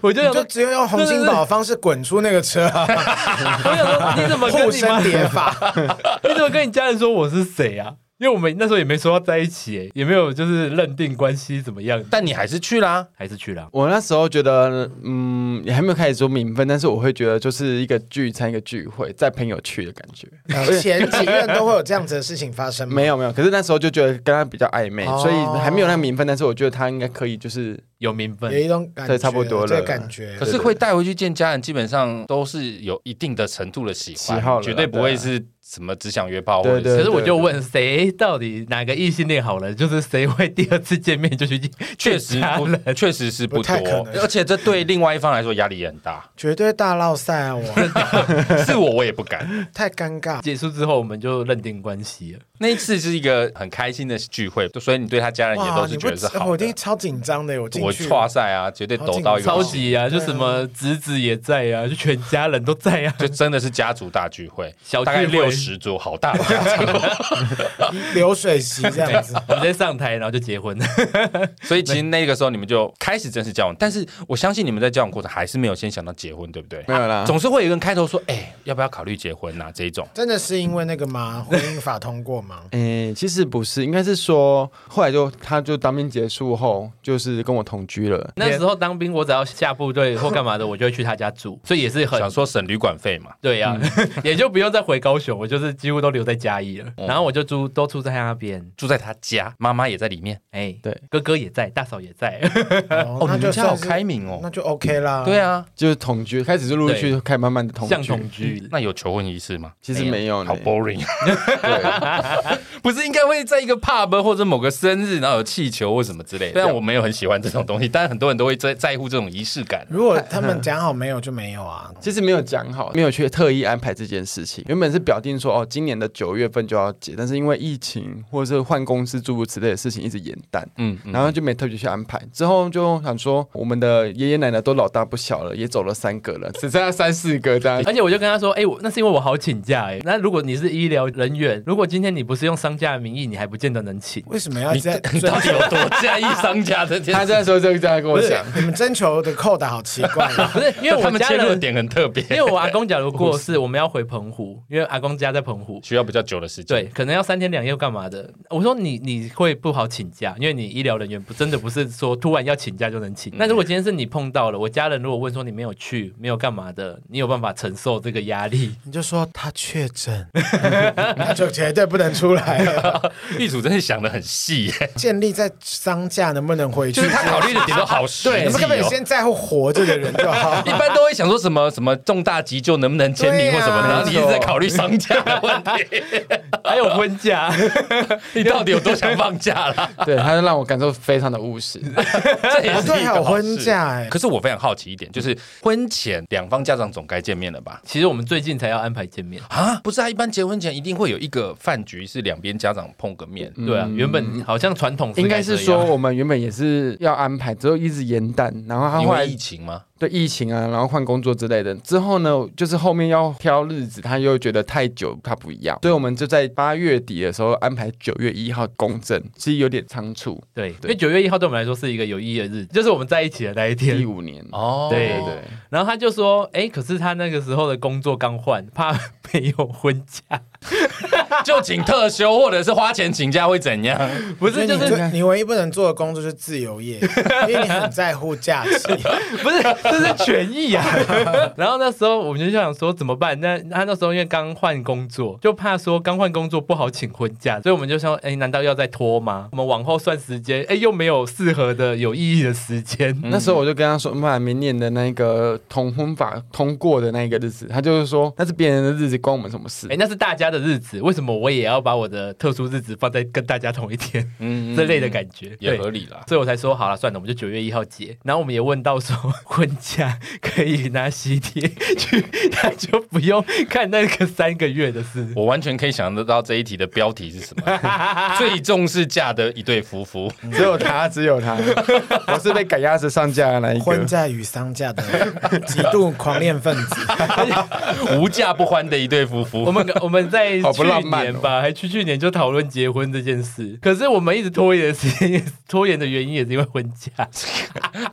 Speaker 3: 我就
Speaker 1: 啊
Speaker 2: 你就
Speaker 3: 想说，
Speaker 2: 只有用洪金宝的方式滚出那个车啊，
Speaker 3: 我想说，你怎么 跟
Speaker 2: 护
Speaker 3: 你妈
Speaker 2: 身叠法。
Speaker 3: 你怎么跟你家人说我是谁啊？因为我们那时候也没说要在一起、哎也没有就是认定关系怎么样，但
Speaker 1: 但你还是去啦。
Speaker 3: 还是去了。
Speaker 4: 我那时候觉得，嗯，也还没有开始说名分，但是我会觉得就是一个聚餐，一个聚会，在朋友去的感觉。
Speaker 2: 前几任都会有这样子的事情发生吗？
Speaker 1: 嗯
Speaker 4: 没有没有，可是那时候就觉得跟他比较暧昧，
Speaker 2: 哦
Speaker 4: 所以还没有那个名分，但是我觉得他应该可以，就是
Speaker 3: 有名
Speaker 2: 有
Speaker 3: 分。
Speaker 2: 一种感觉，
Speaker 4: 对差不多了
Speaker 2: 这个感觉
Speaker 1: 可。是会带回去见家人，基本上都是有一定的程度的喜欢，
Speaker 4: 喜好了
Speaker 1: 绝对不会是什么只想约炮或者
Speaker 4: 对
Speaker 1: 是
Speaker 4: 对
Speaker 3: 可是我就问，谁到底哪个异性恋好了？就是谁会第二次见面就 去
Speaker 1: 确实
Speaker 3: 见家
Speaker 1: 不，
Speaker 3: 人？
Speaker 1: 确实是不
Speaker 2: 不太可
Speaker 1: 多，
Speaker 2: 能
Speaker 1: 而且这对另外一方来说压力也很 大。
Speaker 2: 绝对大落赛 啊！我
Speaker 1: 是我，我也不敢。
Speaker 2: 太尴尬。
Speaker 3: 结束之后我们就认定关系了。
Speaker 1: 那一次是一个很开心的聚会，就所以你对他家 人也都是
Speaker 2: 你
Speaker 1: 觉
Speaker 2: 不
Speaker 1: 得是
Speaker 2: 知，
Speaker 1: 好
Speaker 2: 我一定
Speaker 1: 的。
Speaker 2: 超紧张的，我进
Speaker 1: 我
Speaker 2: 去。
Speaker 1: 跨赛啊，绝对抖到一个
Speaker 2: 好
Speaker 3: 超
Speaker 1: 不
Speaker 2: 紧张哦
Speaker 1: 行，
Speaker 3: 级啊，就什么侄子也在啊，就全家人都在啊。
Speaker 1: 就真的是家族大聚会，
Speaker 3: 小聚
Speaker 1: 大
Speaker 3: 会
Speaker 1: 概六十桌，好大的家族。
Speaker 2: 流水席这 样子。
Speaker 3: 我们在上台，然后就结婚了。
Speaker 1: 所以其实那个时候你们就开始正式交往，但是我相信你们在交往过程还是没有先想到结婚，对不对？
Speaker 4: 没有
Speaker 3: 啊
Speaker 4: 啦。
Speaker 1: 总是会有一个人开头说：“哎、要不要考虑结婚呐、啊？”这一种。
Speaker 2: 真的是因为那个吗？婚姻法通过吗？
Speaker 4: 诶、其实不是，应该是说后来就他就当兵结束后，就是跟我同居了。
Speaker 3: 那时候当兵，我只要下部队或干嘛的，我就会去他家住，所以也是很
Speaker 1: 想说省旅馆费嘛，
Speaker 3: 对呀、
Speaker 1: 嗯
Speaker 3: 也就不用再回高雄，我就是几乎都留在嘉义了。
Speaker 1: 哦
Speaker 3: 然后我就住都住在他那边，
Speaker 1: 住在他家，妈妈也在里面。
Speaker 3: 哎，
Speaker 4: 对，
Speaker 3: 哥哥也在，大嫂也在，
Speaker 2: 哦
Speaker 1: 哦，
Speaker 2: 那
Speaker 1: 你们
Speaker 2: 就
Speaker 1: 家好
Speaker 2: 算是
Speaker 1: 开明哦
Speaker 2: 那。就 OK 啦。啊，
Speaker 1: 对啊，
Speaker 4: 就是同居，开始就陆陆续续开始慢慢的同
Speaker 3: 像
Speaker 4: 居
Speaker 3: 同，居，
Speaker 1: 那有求婚仪式吗？
Speaker 4: 其实没有呢
Speaker 1: 好 boring，
Speaker 4: 对，
Speaker 1: 不是应该会在一个 pub 或者某个生日，然后有气球或什么之类的。虽然我没有很喜欢这种东西，但很多人都会在在乎这种仪式感。
Speaker 2: 如果他们讲好没有就没有啊，
Speaker 4: 其实没有讲好，没有去特意安排这件事情。原本是表定说哦，今年的九月份就要结，但是因为疫情或者是换公司诸如此类的事情一直延宕，
Speaker 1: 嗯，嗯
Speaker 4: 然后就没特别去安排。之后就想说，我们的爷爷奶奶都老大不小了，也走了三个了， 只剩下三四个这样。
Speaker 3: 而且我就跟他说，哎、我那是因为我好请假哎、那如果你是医疗人员，如果今天你不是用商家的名义，你还不见得能 请。
Speaker 2: 为什么要
Speaker 1: 你
Speaker 2: 在
Speaker 1: 你到底有 多在意商家这件
Speaker 4: 他
Speaker 1: 事？
Speaker 4: 这时候就这样跟
Speaker 2: 不
Speaker 4: 我
Speaker 2: 是
Speaker 4: 讲，
Speaker 2: 你们征求的扣打好奇怪啊
Speaker 3: 不！是因为我
Speaker 1: 他们
Speaker 3: 家
Speaker 1: 切入的
Speaker 3: 人，
Speaker 1: 点很特别，
Speaker 3: 因为我阿公假如 过世，我们要回澎湖，因为阿公家在澎湖。
Speaker 1: 需要比较久的时间。
Speaker 3: 对，可能要三天两夜干嘛的？我说你你会不好请假，因为你医疗人员不真的不是说突然要请假就能请。那如果今天是你碰到了，我家人如果问说你没有去，没有干嘛的，你有办法承受这个压力？
Speaker 2: 你就说他确诊， 那就绝对不能出来了。
Speaker 1: 地主真的想的很细耶，
Speaker 2: 建立在丧假能不能回
Speaker 1: 就
Speaker 2: 去之
Speaker 1: 是
Speaker 2: 间，
Speaker 1: 他考虑的点都好实
Speaker 2: 你们
Speaker 1: 际
Speaker 2: 根本
Speaker 1: 哦。
Speaker 2: 先在乎活着的人就好
Speaker 1: 一。般都会想说什么什么重大急救能不能签名或什么的，
Speaker 2: 对啊
Speaker 1: 然后你一直在考虑商家的问 题，
Speaker 3: 还有婚假，
Speaker 1: 你到底有多想放假啦？
Speaker 4: 对，他就让我感受非常的务实。
Speaker 1: 这也是一个
Speaker 2: 对，还有
Speaker 1: 好事
Speaker 2: 婚假哎
Speaker 1: 可，是我非常好奇一点，就是婚前两方家长总该见面了吧？
Speaker 3: 其实我们最近才要安排见面。
Speaker 1: 啊，不是啊，一般结婚前一定会有一个饭局，是两边家长碰个面。
Speaker 2: 嗯
Speaker 3: 对啊，原本好像传统
Speaker 4: 应该
Speaker 3: 这
Speaker 4: 是
Speaker 3: 样
Speaker 4: 说，我们原本也是要安排，之后一直延宕，然后他
Speaker 1: 因
Speaker 4: 后来
Speaker 1: 为疫情吗？
Speaker 4: 对疫情啊，然后换工作之类的。之后呢，就是后面要挑日子，他又觉得太久，他不要，所以我们就在八月底的时候安排九月一号公证，其实有点仓促。
Speaker 3: 对，因
Speaker 4: 对
Speaker 3: 为九月一号对我们来说是一个有意义的日子，就是我们在一起的那一
Speaker 4: 第
Speaker 3: 天。
Speaker 4: 五年，
Speaker 2: 啊
Speaker 1: 哦
Speaker 4: 对
Speaker 3: 对
Speaker 4: 对
Speaker 3: 然后他就说：“哎，可是他那个时候的工作刚换，怕没有婚假，
Speaker 1: 就请特休或者是花钱请假会怎 样？
Speaker 3: 不是就
Speaker 2: 你
Speaker 3: 是
Speaker 2: 最你唯一不能做的工作是自由 业，因为你很在乎假期。
Speaker 3: 不是这是权益 啊。”然后那时候我们就想说怎么办？那他那时候因为刚换工作，就怕说刚换工作不好请婚假，所以我们就想：“哎，难道要再拖吗？我们往后算时间，哎，又没有适合的有意义的时间。
Speaker 1: 嗯
Speaker 4: 那时候我就跟他说，妈，明年的那个同婚法通过的那个日子，他就是说那是别人的日子，关我们什么事
Speaker 3: 哎、？那是大家的日子，为什么我也要把我的特殊日子放在跟大家同一天？
Speaker 1: 嗯
Speaker 3: 这类的感觉，
Speaker 1: 也
Speaker 3: 对
Speaker 1: 合理啦。
Speaker 3: 所以我才说好了，算了，我们就九月一号结。然后我们也问到说，婚假可以拿喜帖去， 他就不用看那个三个月的事。
Speaker 1: 我完全可以想得到这一题的标题是什 么，最重视假的一对夫妇。
Speaker 4: 只有他，只有 他，我是被赶鸭子上架的那一
Speaker 2: 婚
Speaker 4: 个。
Speaker 2: 假与丧假的极度狂恋分 子，
Speaker 1: 啊无价不欢的一对夫
Speaker 3: 我
Speaker 1: 妇。
Speaker 3: 们我们在
Speaker 4: 好不
Speaker 3: 去
Speaker 4: 浪漫哦
Speaker 3: 年吧，还去去年就讨论结婚这件事，可是我们一直拖延的时间也 是，拖延的原因也是因为婚假。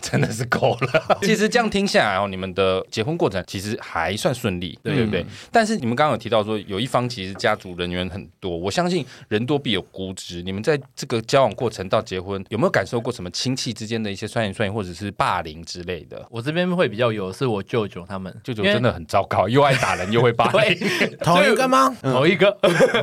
Speaker 1: 真的是够了。 其实这样听下来哦，你们的结婚过程其实还算顺利，对
Speaker 3: 嗯
Speaker 1: 不对？但是你们刚刚有提到说，有一方其实家族人员很多，我相信人多必有孤之。你们在这个交往过程到结婚，有没有感受过什么亲戚之间的一些酸言酸语，或者是霸凌之类的？
Speaker 3: 我这边会比较有，是我舅舅他们，
Speaker 1: 舅舅
Speaker 3: 因为
Speaker 1: 真的很糟糕，又爱打人又会 霸凌。
Speaker 2: 同一个吗？
Speaker 3: 同一个，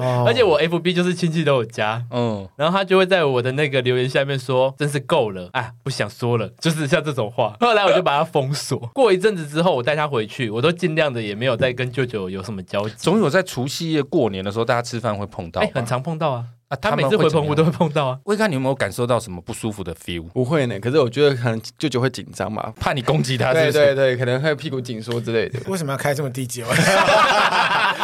Speaker 2: 哦
Speaker 3: 而且我 FB 就是亲戚都有加，
Speaker 1: 嗯，
Speaker 3: 然后他就会在我的那个留言下面说：“真是够了，哎，不想说了。”就是像这种话。后来我就把他封锁。过一阵子之后，我带他回去，我都尽量的也没有再跟舅舅有什么交集。
Speaker 1: 总有在除夕夜过年的时候，大家吃饭会碰到吧
Speaker 3: 哎，，很常碰到啊，
Speaker 1: 啊。
Speaker 3: 他每次
Speaker 1: 们会
Speaker 3: 回
Speaker 1: 怎么
Speaker 3: 澎湖都
Speaker 1: 样
Speaker 3: 会碰到啊。
Speaker 1: 魏看你有没有感受到什么不舒服的 feel？
Speaker 4: 不会呢，可是我觉得可能舅舅会紧张吧，
Speaker 1: 怕你攻击他，是
Speaker 4: 对
Speaker 1: 不
Speaker 4: 对
Speaker 1: 是？
Speaker 4: 对，可能会屁股紧缩之类的。
Speaker 2: 为什么要开这么低级？我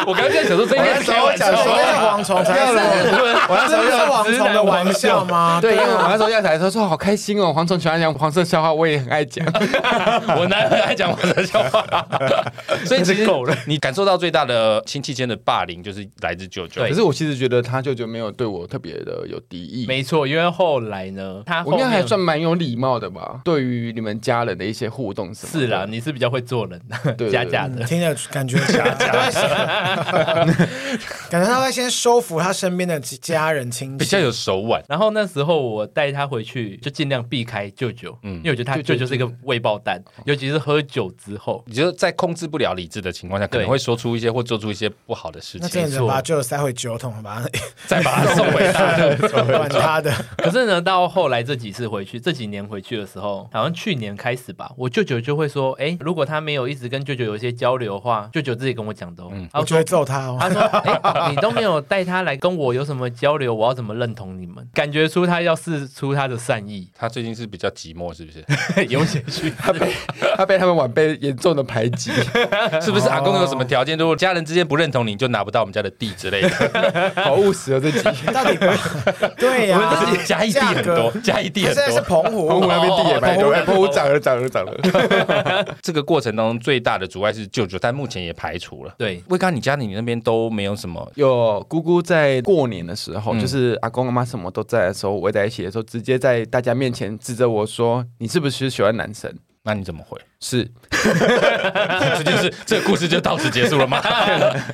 Speaker 1: 我刚刚在想说，这应该是开玩笑
Speaker 2: 那时候
Speaker 1: 吧。
Speaker 2: 蝗虫才是我那时候是蝗 虫的玩笑
Speaker 1: 啊
Speaker 2: 吗？
Speaker 4: 对，因为我那时候要台的时候说好开心哦，蝗虫喜欢讲黄色笑话，我也很 爱讲。
Speaker 1: 我男人爱讲我的笑话， 所以其实
Speaker 3: 够了
Speaker 1: 你感受到最大的亲戚间的霸凌，就是来自舅舅。
Speaker 3: 对
Speaker 4: 可是我其实觉得他舅舅没有对我特别的有敌意，
Speaker 3: 没错，因为后来呢，他后
Speaker 4: 我应该
Speaker 3: 面
Speaker 4: 还算蛮有礼貌的吧，对于你们家人的一些互动什么的。
Speaker 3: 是啦，你是比较会做人
Speaker 4: 对，
Speaker 3: 假假的。
Speaker 2: 听着感觉假假，感觉他会先收服他身边的家人亲戚，
Speaker 1: 比较有手腕。
Speaker 3: 然后那时候我带他回去，就尽量避开舅舅，
Speaker 1: 嗯
Speaker 3: 因为我觉得他舅舅是一个未爆弹，尤其是喝酒之 后。
Speaker 1: 你就在控制不了理智的情况下，可能
Speaker 3: 对
Speaker 1: 会说出一些或做出一些不好的事
Speaker 2: 那真的
Speaker 1: 情，
Speaker 2: 只
Speaker 3: 没
Speaker 2: 能
Speaker 3: 错
Speaker 2: 把舅舅塞回酒桶，把他
Speaker 1: 再把它送回大陆。
Speaker 2: 管他的。
Speaker 3: 可是呢，到后来这几次回去，这几年回去的时候，好像去年开始吧，我舅舅就会说，哎，如果他没有一直跟舅舅有一些交流的话，舅舅自己跟我讲的、哦，
Speaker 4: 嗯
Speaker 3: 他
Speaker 2: 我
Speaker 3: 会
Speaker 2: 就
Speaker 3: 说
Speaker 2: 会揍他哦。
Speaker 1: 啊，
Speaker 3: 他说：“哎、你都没有带他来跟我有什么交流，我要怎么认同你们？感觉出他要试出他的善意
Speaker 1: 他最近是比较寂寞，是不 是？
Speaker 3: 有些去
Speaker 4: 他被他们晚辈严重的排 挤，
Speaker 1: 是不是阿公有什么条件？如果家人之间不认同你，你就拿不到我们家的地之类 的。
Speaker 4: 好务实哦， 这集。
Speaker 2: 到底对
Speaker 1: 我
Speaker 2: 呀、
Speaker 1: 们自己嘉义地很多，嘉义地
Speaker 2: 价
Speaker 1: 很
Speaker 2: 格现在是
Speaker 1: 多。
Speaker 2: 澎湖，哦
Speaker 4: 澎湖那边
Speaker 1: 哦
Speaker 4: 地也 蛮多，哎澎湖涨了涨了涨了。
Speaker 1: 这个过程当中最大的阻碍是舅舅，但目前也排除了。
Speaker 3: 对
Speaker 1: 魏刚，你家里你那边都没有什么
Speaker 4: 有姑姑在过年的时候，
Speaker 1: 嗯
Speaker 4: 就是阿公阿妈什么都在的时候，围在一起的时候，直接在大家面前指着我说：“你是不是喜欢男生
Speaker 1: 那你怎么回？？”
Speaker 4: 是，
Speaker 1: 这就是这个故事就到此结束了吗？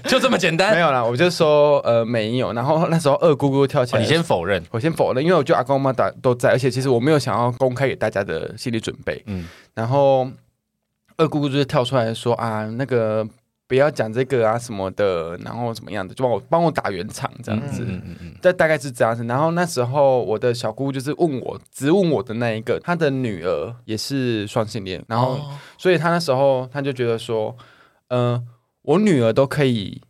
Speaker 1: 就这么简
Speaker 4: 没
Speaker 1: 单？
Speaker 4: 有啦，我就说呃没有。然后那时候二姑姑跳起
Speaker 1: 哦
Speaker 4: 来，
Speaker 1: 你先否认。
Speaker 4: 我先否认，因为我觉得阿公阿妈打都在，而且其实我没有想要公开给大家的心理准备。
Speaker 1: 嗯
Speaker 4: 嗯，然后二姑姑就是跳出来说啊，那个不要讲这个啊什么的，然后怎么样的，就帮我帮我打圆场这样子。
Speaker 1: 嗯嗯嗯，？
Speaker 4: 但大概是这样子。然后那时候我的小姑姑就是问我，只问我的那一个，她的女儿也是双性恋，然后、所以她那时候她就觉得说，呃，我女儿都可以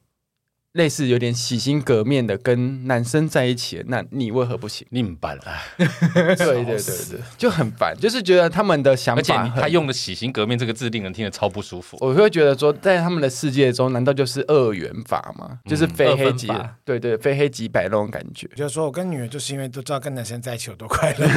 Speaker 4: 类似有点洗心革面的跟男生在一起了，那你为何不行
Speaker 1: 你们办了，
Speaker 4: 对对对对，就很烦，就是觉得他们的想
Speaker 1: 而且
Speaker 4: 法
Speaker 1: 你
Speaker 4: 很，
Speaker 1: 他用的“洗心革面”这个字令人听得超不舒服。
Speaker 4: 我会觉得说，在他们的世界中，难道就是二元法吗？就是
Speaker 1: 嗯
Speaker 4: 非
Speaker 3: 二
Speaker 4: 黑
Speaker 3: 分
Speaker 4: 即
Speaker 3: 法
Speaker 4: 对对，非黑即白那种感觉。
Speaker 2: 就是说我跟女儿就是因为都知道跟男生在一起有多快乐，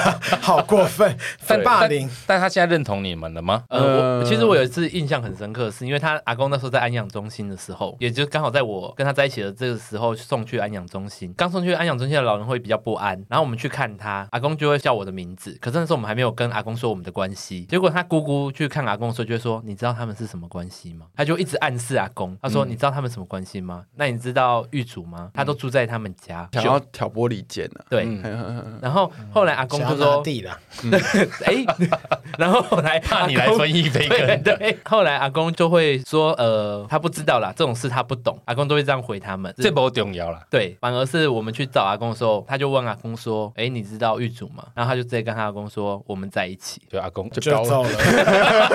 Speaker 2: 好过分，反霸凌。
Speaker 1: 但他现在认同你们了吗？
Speaker 3: 呃，我
Speaker 4: 呃
Speaker 3: 其实我有一次印象很深刻，是因为他阿公那时候在安养中心的时候，也就刚好在我跟他在一起的这个时候送去安养中心。刚送去安养中心的老人会比较不安，然后我们去看他，阿公就会叫我的名字。可是那时候我们还没有跟阿公说我们的关系。结果他姑姑去看阿公的时候，就会说：“你知道他们是什么关系吗？”他就一直暗示阿公，他说：“你知道他们什么关系吗？那你知道狱主吗？他都住在他们家。
Speaker 4: 想要挑拨离间呢、
Speaker 3: 对。
Speaker 4: 啊，
Speaker 3: 然后后来阿公就说：“
Speaker 2: 地了，
Speaker 3: 哎，然后后来
Speaker 1: 嗯怕你来
Speaker 3: 阿公
Speaker 1: 分一杯
Speaker 3: 对
Speaker 1: 羹。
Speaker 3: 对，后来阿公就会说，呃，他不知道啦，这种事他不懂，阿公都会这样回他们。
Speaker 1: 这不重要了，
Speaker 3: 对，反而是我们去找阿公的时候，他就问阿公说：“哎，你知道狱主吗？”然后他就直接跟他阿公说：“我们在 一起。
Speaker 1: 就阿公就
Speaker 2: 就走了。”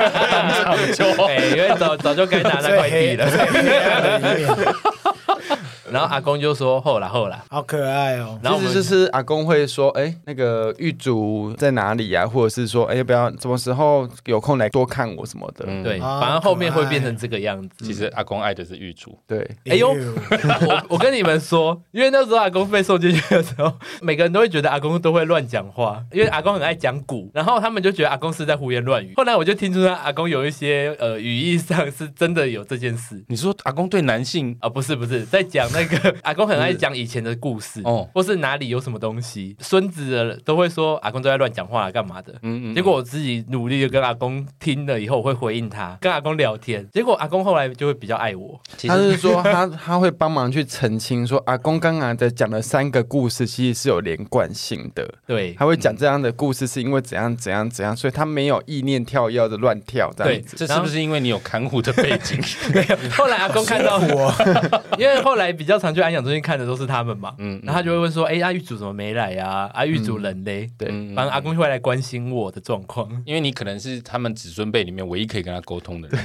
Speaker 3: 哎，因为早早就该拿那
Speaker 2: 最
Speaker 3: 块地
Speaker 2: 黑
Speaker 3: 了。
Speaker 2: 最黑暗的一面，
Speaker 3: 然后阿公就说：“后啦后啦。
Speaker 2: 好可爱哦”。
Speaker 3: 然后我
Speaker 4: 其
Speaker 3: 们
Speaker 4: 实就是阿公会说，哎、那个狱卒在哪里啊？或者是说，哎、要不要什么时候有空来多看我什么的？
Speaker 1: 嗯
Speaker 3: 对，
Speaker 2: 啊
Speaker 3: 反而后面会
Speaker 2: 可爱
Speaker 3: 变成这个样子。
Speaker 1: 其实阿公爱的是玉竹，
Speaker 4: 对，
Speaker 3: 哎呦 我我跟你们说，因为那时候阿公被送进去的时候，每个人都会觉得阿公都会乱讲话，因为阿公很爱讲古，然后他们就觉得阿公是在胡言乱语。后来我就听出他阿公有一些呃语义上是真的有这件事。
Speaker 1: 你说阿公对男性
Speaker 3: 啊、不是不是，在讲那 个阿公很爱讲以前的故事，
Speaker 1: 哦
Speaker 3: 哦，或是哪里有什么东西，孙子的都会说阿公都在乱讲话、干嘛的。
Speaker 1: 嗯嗯嗯
Speaker 3: 结果我自己努力的跟阿公听了以后，我会回应他，跟阿公聊天。结果阿公后来就会比较爱我，
Speaker 1: 其
Speaker 4: 他是说他他会帮忙去澄清说，阿公刚刚在讲的三个故事其实是有连贯性的，
Speaker 1: 嗯
Speaker 3: 对，
Speaker 4: 他会讲这样的故事是因为怎样怎样怎样，所以他没有意念跳跃的乱跳这样
Speaker 3: 对
Speaker 4: 子。
Speaker 1: 这是不是因为你有看护的背景？
Speaker 3: 后来阿公看到
Speaker 2: 我，
Speaker 3: 因为后来比较常去安养中心看的都是他们嘛，
Speaker 1: 嗯嗯
Speaker 3: 然后他就会问说，哎、阿玉主怎么没来呀、啊？阿玉主人嘞？
Speaker 4: 对
Speaker 1: 嗯
Speaker 3: 反正阿公就会来关心我的状况，
Speaker 1: 因为你可能是他们子孙辈里面唯一可以跟他沟通的人。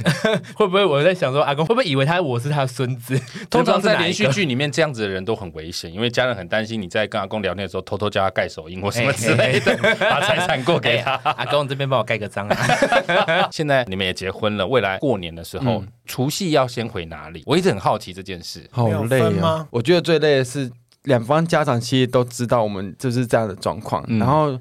Speaker 3: 会不会我在想说，阿公会不会以为他我是他的孙子？
Speaker 1: 通常在
Speaker 3: 不知道是哪一个
Speaker 1: 连续剧里面，这样子的人都很危险，因为家人很担心你在跟阿公聊天的时候偷偷叫他盖手印或什么之类的， 把财产过给他。
Speaker 3: 阿公这边帮我盖个章 啊，
Speaker 1: 现在你们也结婚了，未来过年的时候，除夕要先回哪里？我一直很好奇这件事。
Speaker 4: 好
Speaker 2: 没
Speaker 4: 累
Speaker 2: 有分
Speaker 4: 啊
Speaker 2: 吗！
Speaker 4: 我觉得最累的是两方家长其实都知道我们就是这样的状况，
Speaker 1: 嗯
Speaker 4: 然后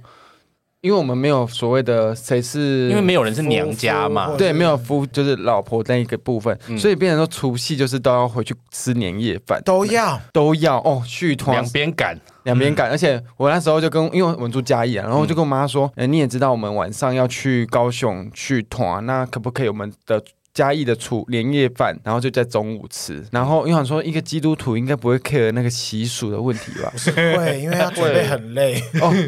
Speaker 4: 因为我们没有所谓的谁是，
Speaker 1: 因为没有人是娘家嘛
Speaker 2: 夫，
Speaker 4: 对没有夫就是老婆那一个部分，所以变成说除夕就是都要回去吃年夜饭，
Speaker 2: 都要
Speaker 4: 都要哦续团
Speaker 1: 两边 赶，
Speaker 4: 两边赶，而且我那时候就跟，因为我们住嘉义啊，然后我就跟我妈说，哎、你也知道我们晚上要去高雄去团，那可不可以我们的嘉义的厨年夜饭，然后就在中午吃。然后因为想说，一个基督徒应该不会 care 那个习俗的问题吧？
Speaker 2: 会，因为他准备很累，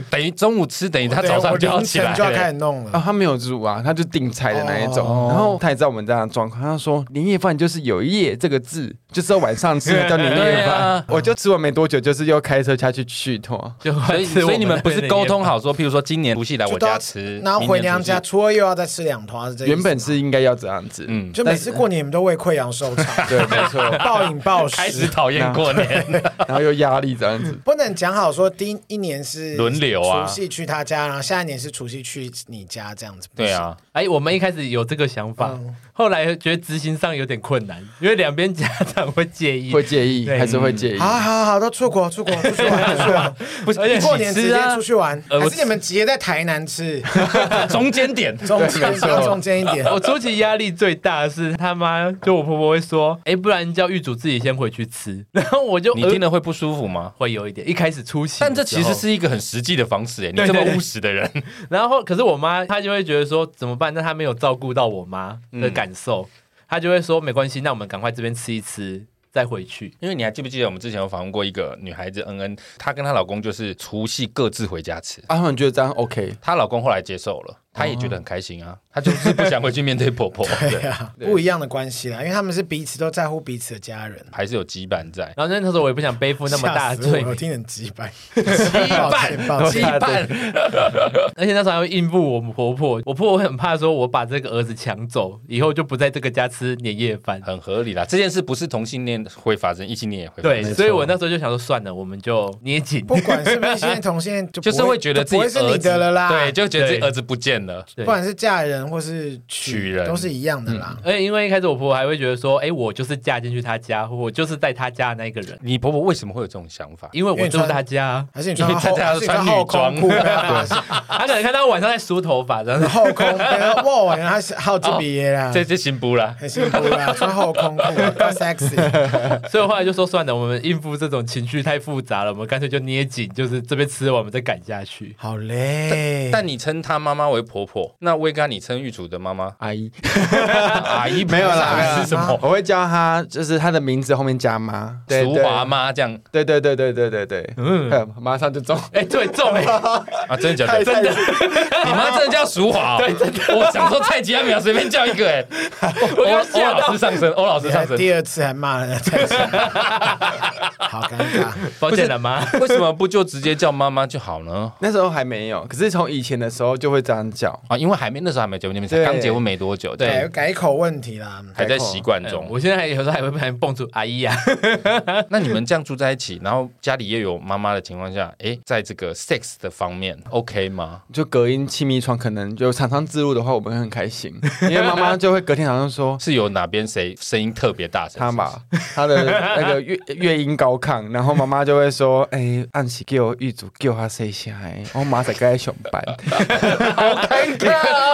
Speaker 1: 等于中午吃，等于他
Speaker 2: 对
Speaker 1: 早上
Speaker 2: 我
Speaker 1: 就要
Speaker 2: 凌
Speaker 1: 起
Speaker 2: 晨
Speaker 1: 来
Speaker 2: 就要开
Speaker 1: 了。
Speaker 2: 始弄
Speaker 4: 啊，
Speaker 2: 了。
Speaker 4: 他没有煮啊，他就订菜的那一种。
Speaker 2: 哦
Speaker 4: 然后他也知道我们这样的状况，他说年夜饭就是有“夜”这个字，就知道晚上吃的叫年夜
Speaker 1: 对啊
Speaker 4: 饭。我就吃完没多久，就是又开车下去去托。
Speaker 3: 就
Speaker 1: 所以，所以你们不是沟通
Speaker 3: 好？
Speaker 1: 好说，譬如说今年除夕来我家吃，
Speaker 2: 然后
Speaker 1: 明
Speaker 2: 回
Speaker 1: 年
Speaker 2: 娘
Speaker 1: 除夕
Speaker 2: 家，初二又要再吃两坨，是这意思吗
Speaker 4: 原本是应该要这样子，
Speaker 1: 嗯，
Speaker 2: 就每次过年你们都胃溃疡受潮，
Speaker 4: 对，没错。
Speaker 2: 暴饮暴
Speaker 1: 开始
Speaker 2: 食，
Speaker 1: 讨厌过年。
Speaker 4: 然后又压力这样子。
Speaker 2: 不能讲好说第一一年是
Speaker 1: 轮流啊
Speaker 2: 除夕去他家，然后下一年是除夕去你家这样子。
Speaker 1: 对，啊，
Speaker 3: 哎，我们一开始有这个想法
Speaker 2: 嗯，
Speaker 3: 后来觉得执行上有点困难，因为两边家长会介意。
Speaker 4: 会介意，
Speaker 3: 对
Speaker 4: 还是会介意。
Speaker 2: 好
Speaker 4: 啊
Speaker 2: 好好，都出国出国出去 玩出去玩，
Speaker 1: 不是，而且啊
Speaker 2: 过
Speaker 3: 啊
Speaker 2: 年直接出去玩，
Speaker 3: 呃我
Speaker 2: 还是你们直接在台南 吃，
Speaker 1: 中间 点，
Speaker 2: 中间中间一点。
Speaker 3: 我初期压力最大的是他妈，就我婆婆会说，哎，不然叫狱主自己先回去吃，然后我就
Speaker 1: 你听了会不舒服吗？
Speaker 3: 会有一点，一开始出席，
Speaker 1: 但这其实，是一个很实际的方式，哎，你
Speaker 3: 对
Speaker 1: 这么
Speaker 3: 对对
Speaker 1: 务实的人，
Speaker 3: 然后可是我妈她就会觉得说怎么办？那她没有照顾到我妈的感
Speaker 2: 嗯
Speaker 3: 受，她就会说没关系，那我们赶快这边吃一吃，再回去。
Speaker 1: 因为你还记不记得我们之前有访问过一个女孩子恩恩，她跟她老公就是除夕各自回家吃，
Speaker 4: 啊，他们觉得这样 OK，
Speaker 1: 她老公后来接受了，她也觉得很开心啊，她就是不想回去面对婆婆，对，
Speaker 2: 不一样的关系啦，因为他们是彼此都在乎彼此的家人。
Speaker 1: 还是有羁绊在。
Speaker 3: 然后那时候我也不想背负那么大的
Speaker 2: 吓死我
Speaker 3: 罪
Speaker 2: 了
Speaker 3: 名
Speaker 2: 我，听很鸡掰，
Speaker 1: 羁绊，
Speaker 2: 抱歉
Speaker 1: 羁
Speaker 2: 抱歉
Speaker 1: 绊，
Speaker 3: 而且那时候还会应付我婆婆，我婆婆很怕说，我把这个儿子抢走，以后就不在这个家吃年夜饭。
Speaker 2: 呃
Speaker 1: 很合理啦。这件事不是同性恋会发生，异性恋也会发
Speaker 3: 对，
Speaker 1: 生。
Speaker 3: 所以我那时候就想说，算了，我们就捏紧。
Speaker 2: 不管是不是现在同性恋，就不
Speaker 1: 就是会觉得自己
Speaker 2: 就不
Speaker 1: 儿
Speaker 2: 会
Speaker 1: 子
Speaker 2: 是你的了啦。
Speaker 1: 对，就觉得自己
Speaker 3: 对
Speaker 1: 儿子不见了。
Speaker 3: 对
Speaker 2: 不管是嫁人或是
Speaker 1: 娶
Speaker 2: 娶
Speaker 1: 人
Speaker 2: 都是一样的啦。
Speaker 3: 而呃且因为一开始我婆婆还会觉得说，哎、我就是嫁进去她家，我就是在她家的那个人，
Speaker 1: 你婆婆为什么会有这种想法？
Speaker 3: 因为我就是她家。啊
Speaker 2: 还是你穿
Speaker 1: 因为
Speaker 2: 后，
Speaker 1: 在家
Speaker 2: 还
Speaker 1: 都
Speaker 2: 是你穿
Speaker 1: 穿女
Speaker 2: 后空裤，
Speaker 1: 装
Speaker 3: 她可能看到我晚上在梳头发，然后
Speaker 2: 后空哇，哇原来他是好这毕业啦，
Speaker 1: 这这行不啦？
Speaker 2: 很辛苦啦，穿后空裤够 sexy。
Speaker 3: 所以我后来就说算了，我们应付这种情绪太复杂了，我们干脆就捏紧，就是这边吃完我们再赶下 去。
Speaker 2: 好嘞，
Speaker 1: 但你称她妈妈为婆婆，那威哥你称玉主的妈妈
Speaker 4: 阿姨
Speaker 1: 阿姨
Speaker 4: 没有 啦，没有啦
Speaker 1: 是什么？
Speaker 4: 我会叫她，就是她的名字后面加妈，对
Speaker 1: 俗华？妈这样
Speaker 4: 对对对对对对对对，嗯， 马上就中。
Speaker 3: 哎、对，中 了、
Speaker 1: 啊？真的假的？
Speaker 4: 真的，
Speaker 1: 你妈真的叫淑华、对，真的。我想说蔡吉安淼随便叫一个、哎，欧欧老师上身，欧老师
Speaker 2: 你还
Speaker 1: 上身。
Speaker 2: 第二次还骂人家在家，好尴尬。
Speaker 3: 抱歉了妈。
Speaker 1: 为什么不就直接叫妈妈就好呢？
Speaker 4: 那时候还没有，可是从以前的时候就会这样叫。
Speaker 1: 啊，因为还没那时候还没有结婚，你们才
Speaker 4: 对
Speaker 1: 刚结婚没多久，
Speaker 2: 改
Speaker 1: 对，
Speaker 2: 改口问题啦，
Speaker 1: 还在习惯中。
Speaker 3: 我现在还有时候还会不小心蹦出阿姨 啊，
Speaker 1: 那你们这样住在一起，然后家里也有妈妈的情况下，哎，在这个 sex 的方面 OK 吗？
Speaker 4: 就隔音气密窗，可能就常常自入的话，我们会很 开心，因为妈妈就会隔天早上说
Speaker 1: 是有哪边谁声音特别大声？
Speaker 4: 她嘛，她的那 个乐乐音高亢，然后妈妈就会说：“哎、按时给我玉主给我她谁下来，哦我马上该上 班。”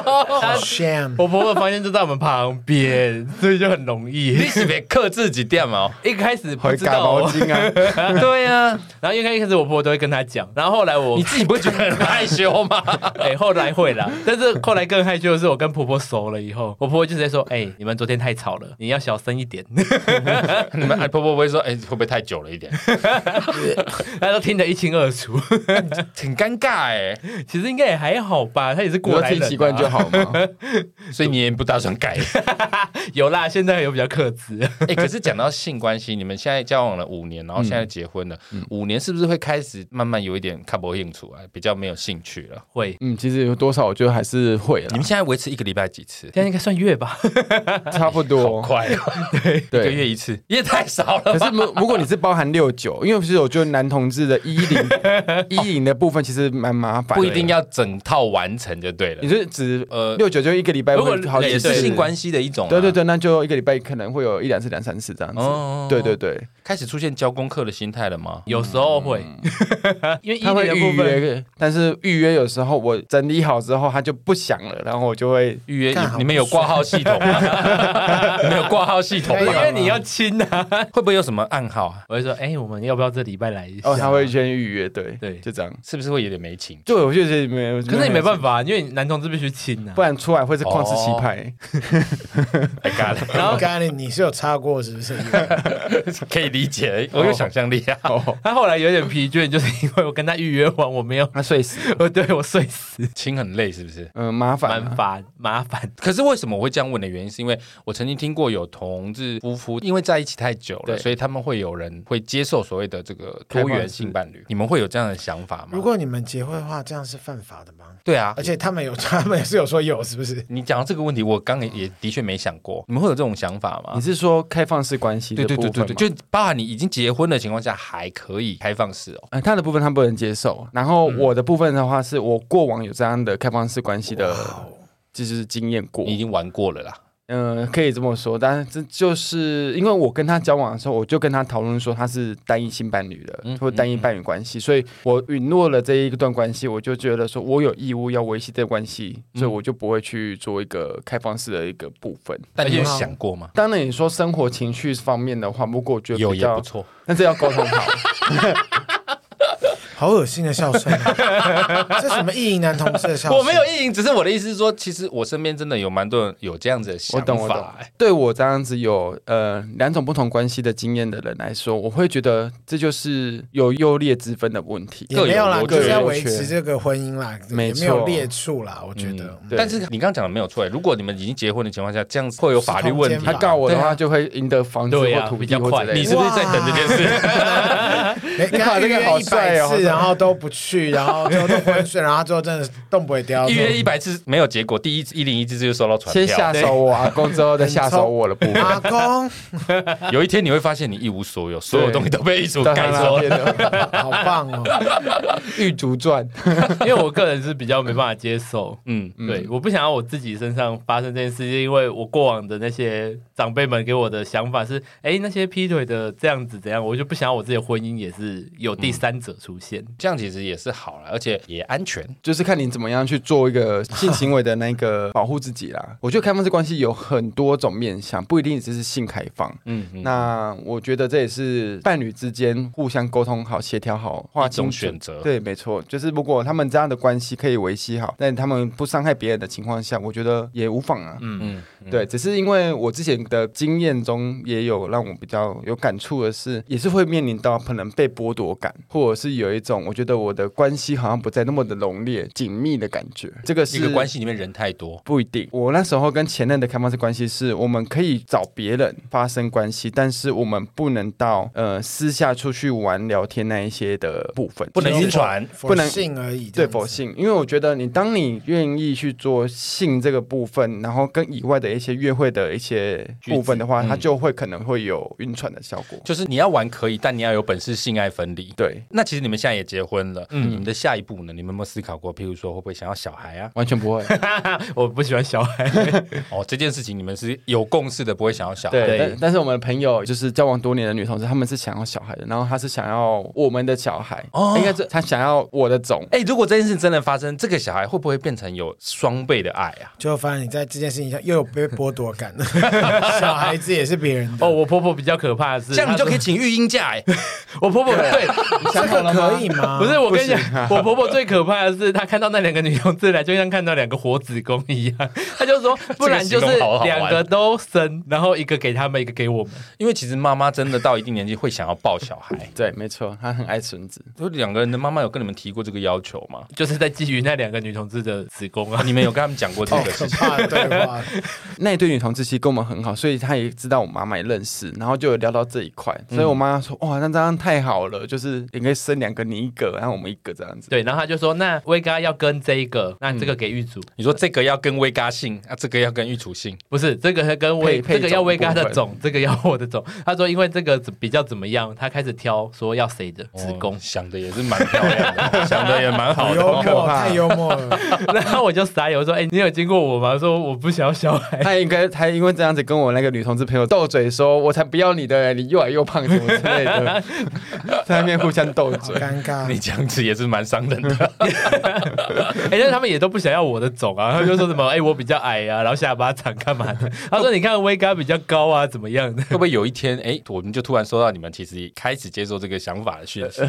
Speaker 2: 好 shame。
Speaker 3: 我婆婆的房间就在我们旁边，所以就很容
Speaker 1: 你
Speaker 3: 易。
Speaker 1: 是别克制几点哦 嘛？
Speaker 3: 一开始不
Speaker 4: 回
Speaker 3: 知
Speaker 4: 嘎
Speaker 3: 道哦
Speaker 4: 毛，巾 啊，
Speaker 3: 对呀、啊，然后因为一开始我婆婆都会跟她讲，然后后来我
Speaker 1: 你自己不会觉得很害羞吗？
Speaker 3: 哎、后来会啦，但是后来更害羞的是，我跟婆婆熟了以后，我婆婆就直接说：“哎、你们昨天太吵了，你要小声一 点。
Speaker 1: 你们哎婆婆不会说，哎，会不会太久了一 点？”
Speaker 3: 她都听得一清二楚。
Speaker 1: 很尴尬哎、
Speaker 3: 其实应该也还好吧，她也是
Speaker 4: 我
Speaker 3: 过来
Speaker 1: 啊
Speaker 3: 人、
Speaker 4: 听习惯就。好嘛。
Speaker 1: 所以你也不打算 改。
Speaker 3: 有啦，现在有比较克制。
Speaker 1: 哎、可是讲到性关系，你们现在交往了五年，然后现在结婚了，五年是不是会开始慢慢有一点看不兴趣啊，比较没有兴趣了？
Speaker 3: 会，
Speaker 4: 嗯，其实有多少，我觉得还是会
Speaker 1: 你
Speaker 4: 啦
Speaker 1: 们，现在维持一个礼拜几次？
Speaker 3: 现在应该算月吧？
Speaker 4: 差不多。
Speaker 1: 快、哦，一个
Speaker 4: 对，
Speaker 1: 月一次，也太少了
Speaker 4: 可
Speaker 1: 吧？
Speaker 4: 是如如果你是包含六九，因为其实我觉得男 同志的一零一零的部分其实蛮麻烦，
Speaker 1: 不一定。要整套完成就对了
Speaker 4: 你。是指
Speaker 1: 呃
Speaker 4: 呃六九就一个礼拜
Speaker 1: 如果
Speaker 4: 会好
Speaker 1: 也
Speaker 4: 几
Speaker 1: 是
Speaker 4: 次
Speaker 1: 性关系的一种、啊，
Speaker 4: 对对，对，那就一个礼拜可能会有一两次、两三次这样子。
Speaker 1: 哦
Speaker 4: 对对对，
Speaker 1: 开始出现交功课的心态了吗？
Speaker 3: 有时候会，嗯因为一
Speaker 4: 他
Speaker 3: 年
Speaker 4: 会
Speaker 3: 的
Speaker 4: 预
Speaker 3: 部分，
Speaker 4: 约，但是预约有时候我整理好之后他就不想了，然后我就会
Speaker 1: 预约
Speaker 2: 看好
Speaker 1: 你们有挂号系统吗？ 你们有挂号系统
Speaker 2: 没
Speaker 1: 吗
Speaker 2: 有
Speaker 3: 因？为你要亲啊。
Speaker 1: 会不会有什么暗号啊？
Speaker 3: 我会说：“哎、我们要不要这礼拜来一下？”
Speaker 4: 啊哦哦，他会先预约，对
Speaker 3: 对
Speaker 4: 就这样。
Speaker 1: 是不是会有点没情？
Speaker 4: 对，我就觉得没有，
Speaker 3: 可是你没办
Speaker 4: 法，
Speaker 3: 法，因为为男同志必须亲啊
Speaker 4: 不。然出来会是旷世奇派。
Speaker 1: I got it，
Speaker 3: 然后
Speaker 2: 刚才你是有插过是不是？
Speaker 1: 可以理解，我有想象力啊。
Speaker 4: 哦，
Speaker 3: 他后来有点疲倦，就是因为我跟 他预约完，我没有，
Speaker 4: 他睡死，
Speaker 3: 我对我睡死，
Speaker 1: 亲很累是不是？
Speaker 4: 嗯，麻烦
Speaker 3: 蛮
Speaker 4: 啊。
Speaker 3: 烦麻烦。
Speaker 1: 可是为什么我会这样问的原因，是因为我曾经听过有同志夫妇因为在一起太久了，
Speaker 3: 对
Speaker 1: 所以他们会有人会接受所谓的这个多元性伴侣。你们会有这样的想法吗？
Speaker 2: 如果你们结婚的话，这样是犯法的吗？
Speaker 1: 对啊
Speaker 2: 而，且他们有，他们也是有说有，是不是？
Speaker 1: 你讲到这个问题，我刚刚也的确没想过，你们会有这种想法吗
Speaker 4: 你？是说开放式关系的
Speaker 1: 对对
Speaker 4: 部
Speaker 1: 对
Speaker 4: 分
Speaker 1: 对
Speaker 4: 吗？
Speaker 1: 对，就包含你已经结婚的情况下，还可以开放式哦。
Speaker 4: 呃，他的部分他不能接受，然后我的部分的话，是我过往有这样的开放式关系的，就是经验过
Speaker 1: 你。已经玩过了啦，
Speaker 4: 嗯、可以这么说，但是这就是因为我跟他交往的时候，我就跟他讨论说他是单一性伴侣的，
Speaker 1: 嗯
Speaker 4: 或单一伴侣关系，所以我允诺了这一段关系，我就觉得说我有义务要维系这个关系，所以
Speaker 1: 嗯
Speaker 4: 我就不会去做一个开放式的一个部分。
Speaker 1: 但你有
Speaker 2: 而且
Speaker 1: 想过吗？
Speaker 4: 当然，你说生活情绪方面的话，如果我觉得
Speaker 1: 有
Speaker 4: 比
Speaker 1: 也
Speaker 4: 较
Speaker 1: 不，错，
Speaker 4: 但是要沟 通好。
Speaker 2: 好恶心的笑声、啊，这什么意淫男同志的笑声？
Speaker 1: 我没有意淫，只是我的意思是说，其实我身边真的有蛮多人有这样子的想
Speaker 4: 我
Speaker 1: 法。欸
Speaker 4: 懂，我懂。对我这样子有呃两种不同关系的经验的人来说，我会觉得这就是有优劣之分的问题。
Speaker 2: 也没有啦，
Speaker 1: 各有优缺
Speaker 2: 就是要维持这个婚姻啦，
Speaker 4: 没
Speaker 2: 也
Speaker 4: 错
Speaker 2: 没有劣处啦，我觉得。
Speaker 4: 对
Speaker 1: 但是你刚刚讲的没有错，如果你们已经结婚的情况下，这样子会有法律问
Speaker 2: 是
Speaker 1: 题
Speaker 2: 通奸
Speaker 4: 他
Speaker 2: 吧。
Speaker 4: 告我的
Speaker 1: 对
Speaker 4: 话，
Speaker 1: 啊
Speaker 4: 就会赢得房子
Speaker 3: 对啊
Speaker 4: 或土
Speaker 3: 比
Speaker 4: 地
Speaker 3: 较
Speaker 4: 或
Speaker 3: 快
Speaker 4: 者
Speaker 1: 你是不是在等这件事？
Speaker 2: 哎
Speaker 4: 你
Speaker 2: 跟他
Speaker 4: 考
Speaker 2: 预
Speaker 4: 这个
Speaker 2: 约
Speaker 4: 好
Speaker 2: 一
Speaker 4: 帅
Speaker 2: 百
Speaker 4: 哦
Speaker 2: 次，然后都不去，然后最后都昏睡，然后最后真的是动不了雕。
Speaker 1: 预约一百次没有结果，第一一零一次就收到传
Speaker 4: 先
Speaker 1: 票
Speaker 4: 下。手我阿公之后再下手我的部 分。
Speaker 2: 阿 公，
Speaker 1: 有一天你会发现你一无所有，所有东西都被艺术
Speaker 4: 到
Speaker 1: 改
Speaker 4: 他
Speaker 1: 走
Speaker 4: 那
Speaker 1: 了。
Speaker 4: 边的
Speaker 2: 好棒哦！
Speaker 4: 玉竹传，
Speaker 3: 因为我个人是比较没办法接受，
Speaker 1: 嗯，
Speaker 4: 嗯
Speaker 3: 对，我不想要我自己身上发生这件事，是因为我过往的那些长辈们给我的想法是，哎，那些劈腿的这样子怎样，我就不想要我自己的婚姻也是有第三者出现。
Speaker 1: 这样其实也是好了，而且也安全。
Speaker 4: 就是看你怎么样去做一个性行为的那个保护自己啦。我觉得开放式关系有很多种面向，不一定只是性开放。
Speaker 1: 嗯，嗯
Speaker 4: 那我觉得这也是伴侣之间互相沟通好、协调好、划
Speaker 1: 一种
Speaker 4: 清楚
Speaker 1: 选择
Speaker 4: 对，没错，就是如果他们这样的关系可以维系好，但他们不伤害别人的情况下，我觉得也无妨啊。
Speaker 1: 嗯，
Speaker 4: 对，只是因为我之前的经验中也有让我比较有感触的是，也是会面临到可能被剥夺感，或者是有一种我觉得我的关系好像不再那么的浓烈、紧密的感觉。这个是
Speaker 1: 一个关系里面人太多，
Speaker 4: 不一定。我那时候跟前任的开放式关系是，我们可以找别人发生关系，但是我们不能到呃私下出去玩、聊天那一些的部分，
Speaker 1: 不能晕船。
Speaker 2: 不
Speaker 4: 不能
Speaker 2: 能性而已，
Speaker 4: 对佛。性，因为我觉得你当你愿意去做性这个部分，然后跟以外的一些约会的一些部分的话，
Speaker 1: 举止嗯
Speaker 4: 它就会可能会有晕船的效果。
Speaker 1: 就是你要玩可以，但你要有本事性爱分离。
Speaker 4: 对，
Speaker 1: 那其实你们现在也结婚了，嗯，你们的下一步呢？你们有没有思考过，譬如说会不会想要小孩啊？
Speaker 4: 完全不会。
Speaker 3: 我不喜欢小孩，
Speaker 1: 哦，这件事情你们是有共识的，不会想要小孩。
Speaker 3: 对
Speaker 4: 对，但但是我们的朋友就是交往多年的女同志，她们是想要小孩的，然后她是想要我们的小孩，
Speaker 1: 哦
Speaker 4: 应该是她想要我的种。
Speaker 1: 哎、如果这件事真的发生，这个小孩会不会变成有双倍的爱啊？
Speaker 2: 就发现你在这件事情上又有被剥夺感，小孩子也是别人的
Speaker 3: 哦，，我婆婆比较可怕的是，
Speaker 1: 这样你就
Speaker 3: 她
Speaker 1: 可
Speaker 3: 说
Speaker 1: 以请育婴假哎、
Speaker 3: 我婆婆对，
Speaker 2: 这个可以吗？
Speaker 1: 啊
Speaker 3: 不是我跟你讲，我婆婆最可怕的是，她看到那两个女同志来，就像看到两个活子宫一样，她就说，不然 就
Speaker 1: 这个
Speaker 3: 是
Speaker 1: 形容好好玩
Speaker 3: 两个都生，然后一个给他们，一个给我们。
Speaker 1: 因为其实妈妈真的到一定年纪会想要抱小孩。
Speaker 4: 对，没错，她很爱孙 子。
Speaker 1: 就两个人的妈妈有跟你们提过这个要求吗？哦
Speaker 3: 就是在基于那两个女同志的子宫 啊，
Speaker 1: 你们有跟他们讲过这
Speaker 2: 好
Speaker 1: 个
Speaker 2: 哦可
Speaker 1: 事情？
Speaker 2: 怕的对话，
Speaker 4: 那一对女同志其实跟我们很好，所以她也知道我妈妈也认识，然后就有聊到这一块，所以我妈说：“哇，那这样太好了，就是你可以生两个，你一个，然后我们一个这样子。”
Speaker 3: 对，然后他就说，那威嘎要跟这一个，那这个给玉主，
Speaker 1: 你说这个要跟威嘎姓啊，这个要跟玉楚姓，
Speaker 3: 不是这个跟威，
Speaker 4: 配
Speaker 3: 这
Speaker 4: 配
Speaker 3: 个要威嘎的
Speaker 4: 种
Speaker 3: 种，这个要我的种。他说因为这个比较怎么样，他开始挑说要 谁的子宫
Speaker 1: 哦，想的也是蛮漂亮 的，想的也蛮好
Speaker 2: 好
Speaker 1: 的。
Speaker 2: 幽
Speaker 4: 可
Speaker 2: 默，
Speaker 4: 怕
Speaker 2: 太幽默了。
Speaker 3: 然后我就傻眼，我说，哎，你有经过我吗？我说我不想要小 孩。
Speaker 4: 她应该，她因为这样子跟我那个女同志朋友 斗嘴说：“我才不要你的，你又矮又胖，什么之类的。”在那边互相斗
Speaker 2: 好
Speaker 4: 嘴。
Speaker 2: 尴尴 尬
Speaker 1: 你。这样子也是蛮伤人的。
Speaker 3: 哎、但是他们也都不想要我的种啊，他们就说什么哎、我比较矮啊，然后下巴长干嘛的？他说你看威哥比较高啊，怎么样的？
Speaker 1: 会不会有一天，哎、我们就突然收到你们其实开始接受这个想法的讯 息？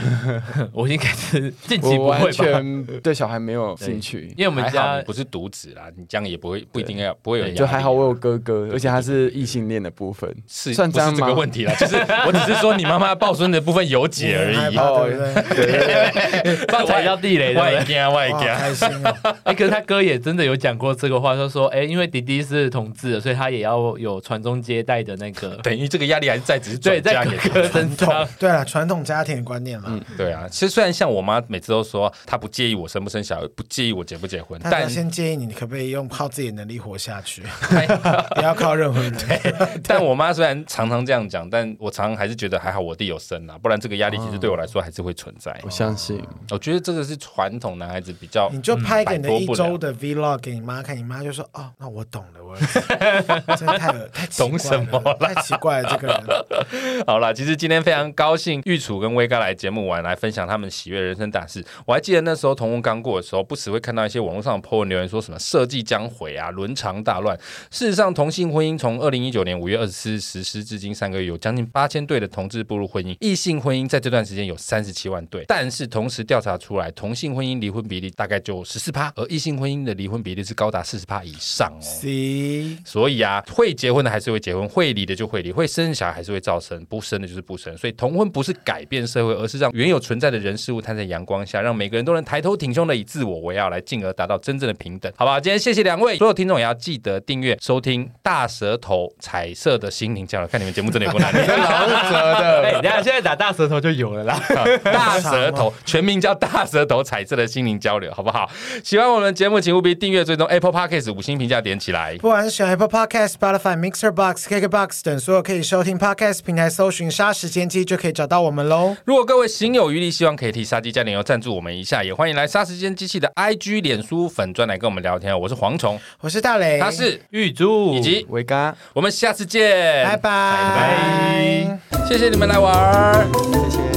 Speaker 3: 我应该是近期
Speaker 4: 我
Speaker 3: 不
Speaker 4: 完
Speaker 3: 会吧？
Speaker 4: 全对小孩没有兴趣，
Speaker 3: 因为我们
Speaker 1: 还好
Speaker 3: 家
Speaker 1: 你不是独子啦，你这样也不会不一定要不会有压力啊
Speaker 4: 就还好我有哥哥，而且他是异性恋的部分，
Speaker 1: 是
Speaker 4: 算
Speaker 1: 算
Speaker 4: 这
Speaker 1: 不是
Speaker 4: 样
Speaker 1: 这
Speaker 4: 吗
Speaker 1: 个？问题啦，就是我只是说你妈妈抱孙的部分有解而
Speaker 2: 害
Speaker 1: 已。
Speaker 2: 怕对不对？
Speaker 3: 怕踩到地雷，对 不
Speaker 1: 外
Speaker 3: 对？
Speaker 1: 加外
Speaker 2: 哇，好
Speaker 1: 加，，
Speaker 2: 开心哦！
Speaker 3: 哎、可是他哥也真的有讲过这个话，他说：“哎、因为弟弟是同志的，所以他也要有传宗接代的那个
Speaker 1: 等于这个压力还是在， 只是
Speaker 3: 对，
Speaker 1: 转
Speaker 3: 在
Speaker 1: 嫁给
Speaker 3: 哥哥身上
Speaker 2: 统。哦对了，传统家庭的观念嘛，
Speaker 1: 对啊，其实虽然像我妈每次都说她不介意我生不生小孩，不介意我结不结婚，
Speaker 2: 但
Speaker 1: 但
Speaker 2: 他先建议你，你可不可以用靠自己的能力活下去， 不要靠任何人。
Speaker 1: 但我妈虽然常常这样讲，但我常常还是觉得还好我弟有生啊啦，不然这个压力其实对我来说还是会存在。
Speaker 4: 我相信，
Speaker 1: 我觉得这个是传统男孩子比较，
Speaker 2: 你就拍给你的
Speaker 1: 嗯
Speaker 2: 一周的 vlog 给你妈看，你妈就说：“哦，那我懂了，我儿子真的太恶太奇
Speaker 1: 懂
Speaker 2: 怪
Speaker 1: 什么
Speaker 2: 了，太奇怪了，这个 人。
Speaker 1: 好啦，其实今天非常高兴，玉楚跟威哥来节目玩，来分享他们喜悦人生大事。我还记得那时候同文刚过的时候，不时会看到一些网络上的 po 文留言，说什么设计将毁啊，伦常大乱。事实上，同性婚姻从二零一九年五月二十四日实施至今三个月，有将近八千对的同志步入婚姻，异性婚姻在这段时间有三十七万对。但是同时调查出来，同性婚姻离婚比例大概就十四趴，而异性婚姻的离婚比例是高达四十趴以上哦。
Speaker 2: C
Speaker 1: 所以啊，会结婚的还是会结婚，会离的就会离，会生小孩还是会造生，不生的就是不生。所以同婚不是改变社会，而是让原有存在的人事物摊在阳光下，让每个人都能抬头挺胸的以自我为傲来，进而达到真正的平等，好不好？今天谢谢两位，所有听众也要记得订阅收听《大舌头彩色的心灵交流》，看你们节目真的有够难听。
Speaker 4: 老是折的
Speaker 3: 哎、等一下现在打大舌头就有了啦。
Speaker 1: 大舌头，全名叫大舌头彩色的心灵交流，好不好？喜欢我们的节目，请务必订阅、追踪 Apple Podcast 五星评价点起来。
Speaker 2: 不管是选 Apple Podcast、Spotify、Mixer Box、KKBox 等所有可以收听 Podcast 平台，搜寻“杀时间机”就可以找到我们喽。
Speaker 1: 如果各位行有余力，希望可以替杀鸡加点油赞助我们一下，也欢迎来杀时间机器的 IG、脸书粉专来跟我们聊天哦。我是蝗虫，
Speaker 2: 我是大雷，
Speaker 1: 他是，
Speaker 3: 玉珠，
Speaker 1: 以及
Speaker 4: 维嘎，
Speaker 1: 我们下次见，
Speaker 2: 哎拜拜。
Speaker 1: 拜拜，谢谢你们来玩儿。
Speaker 4: 谢谢。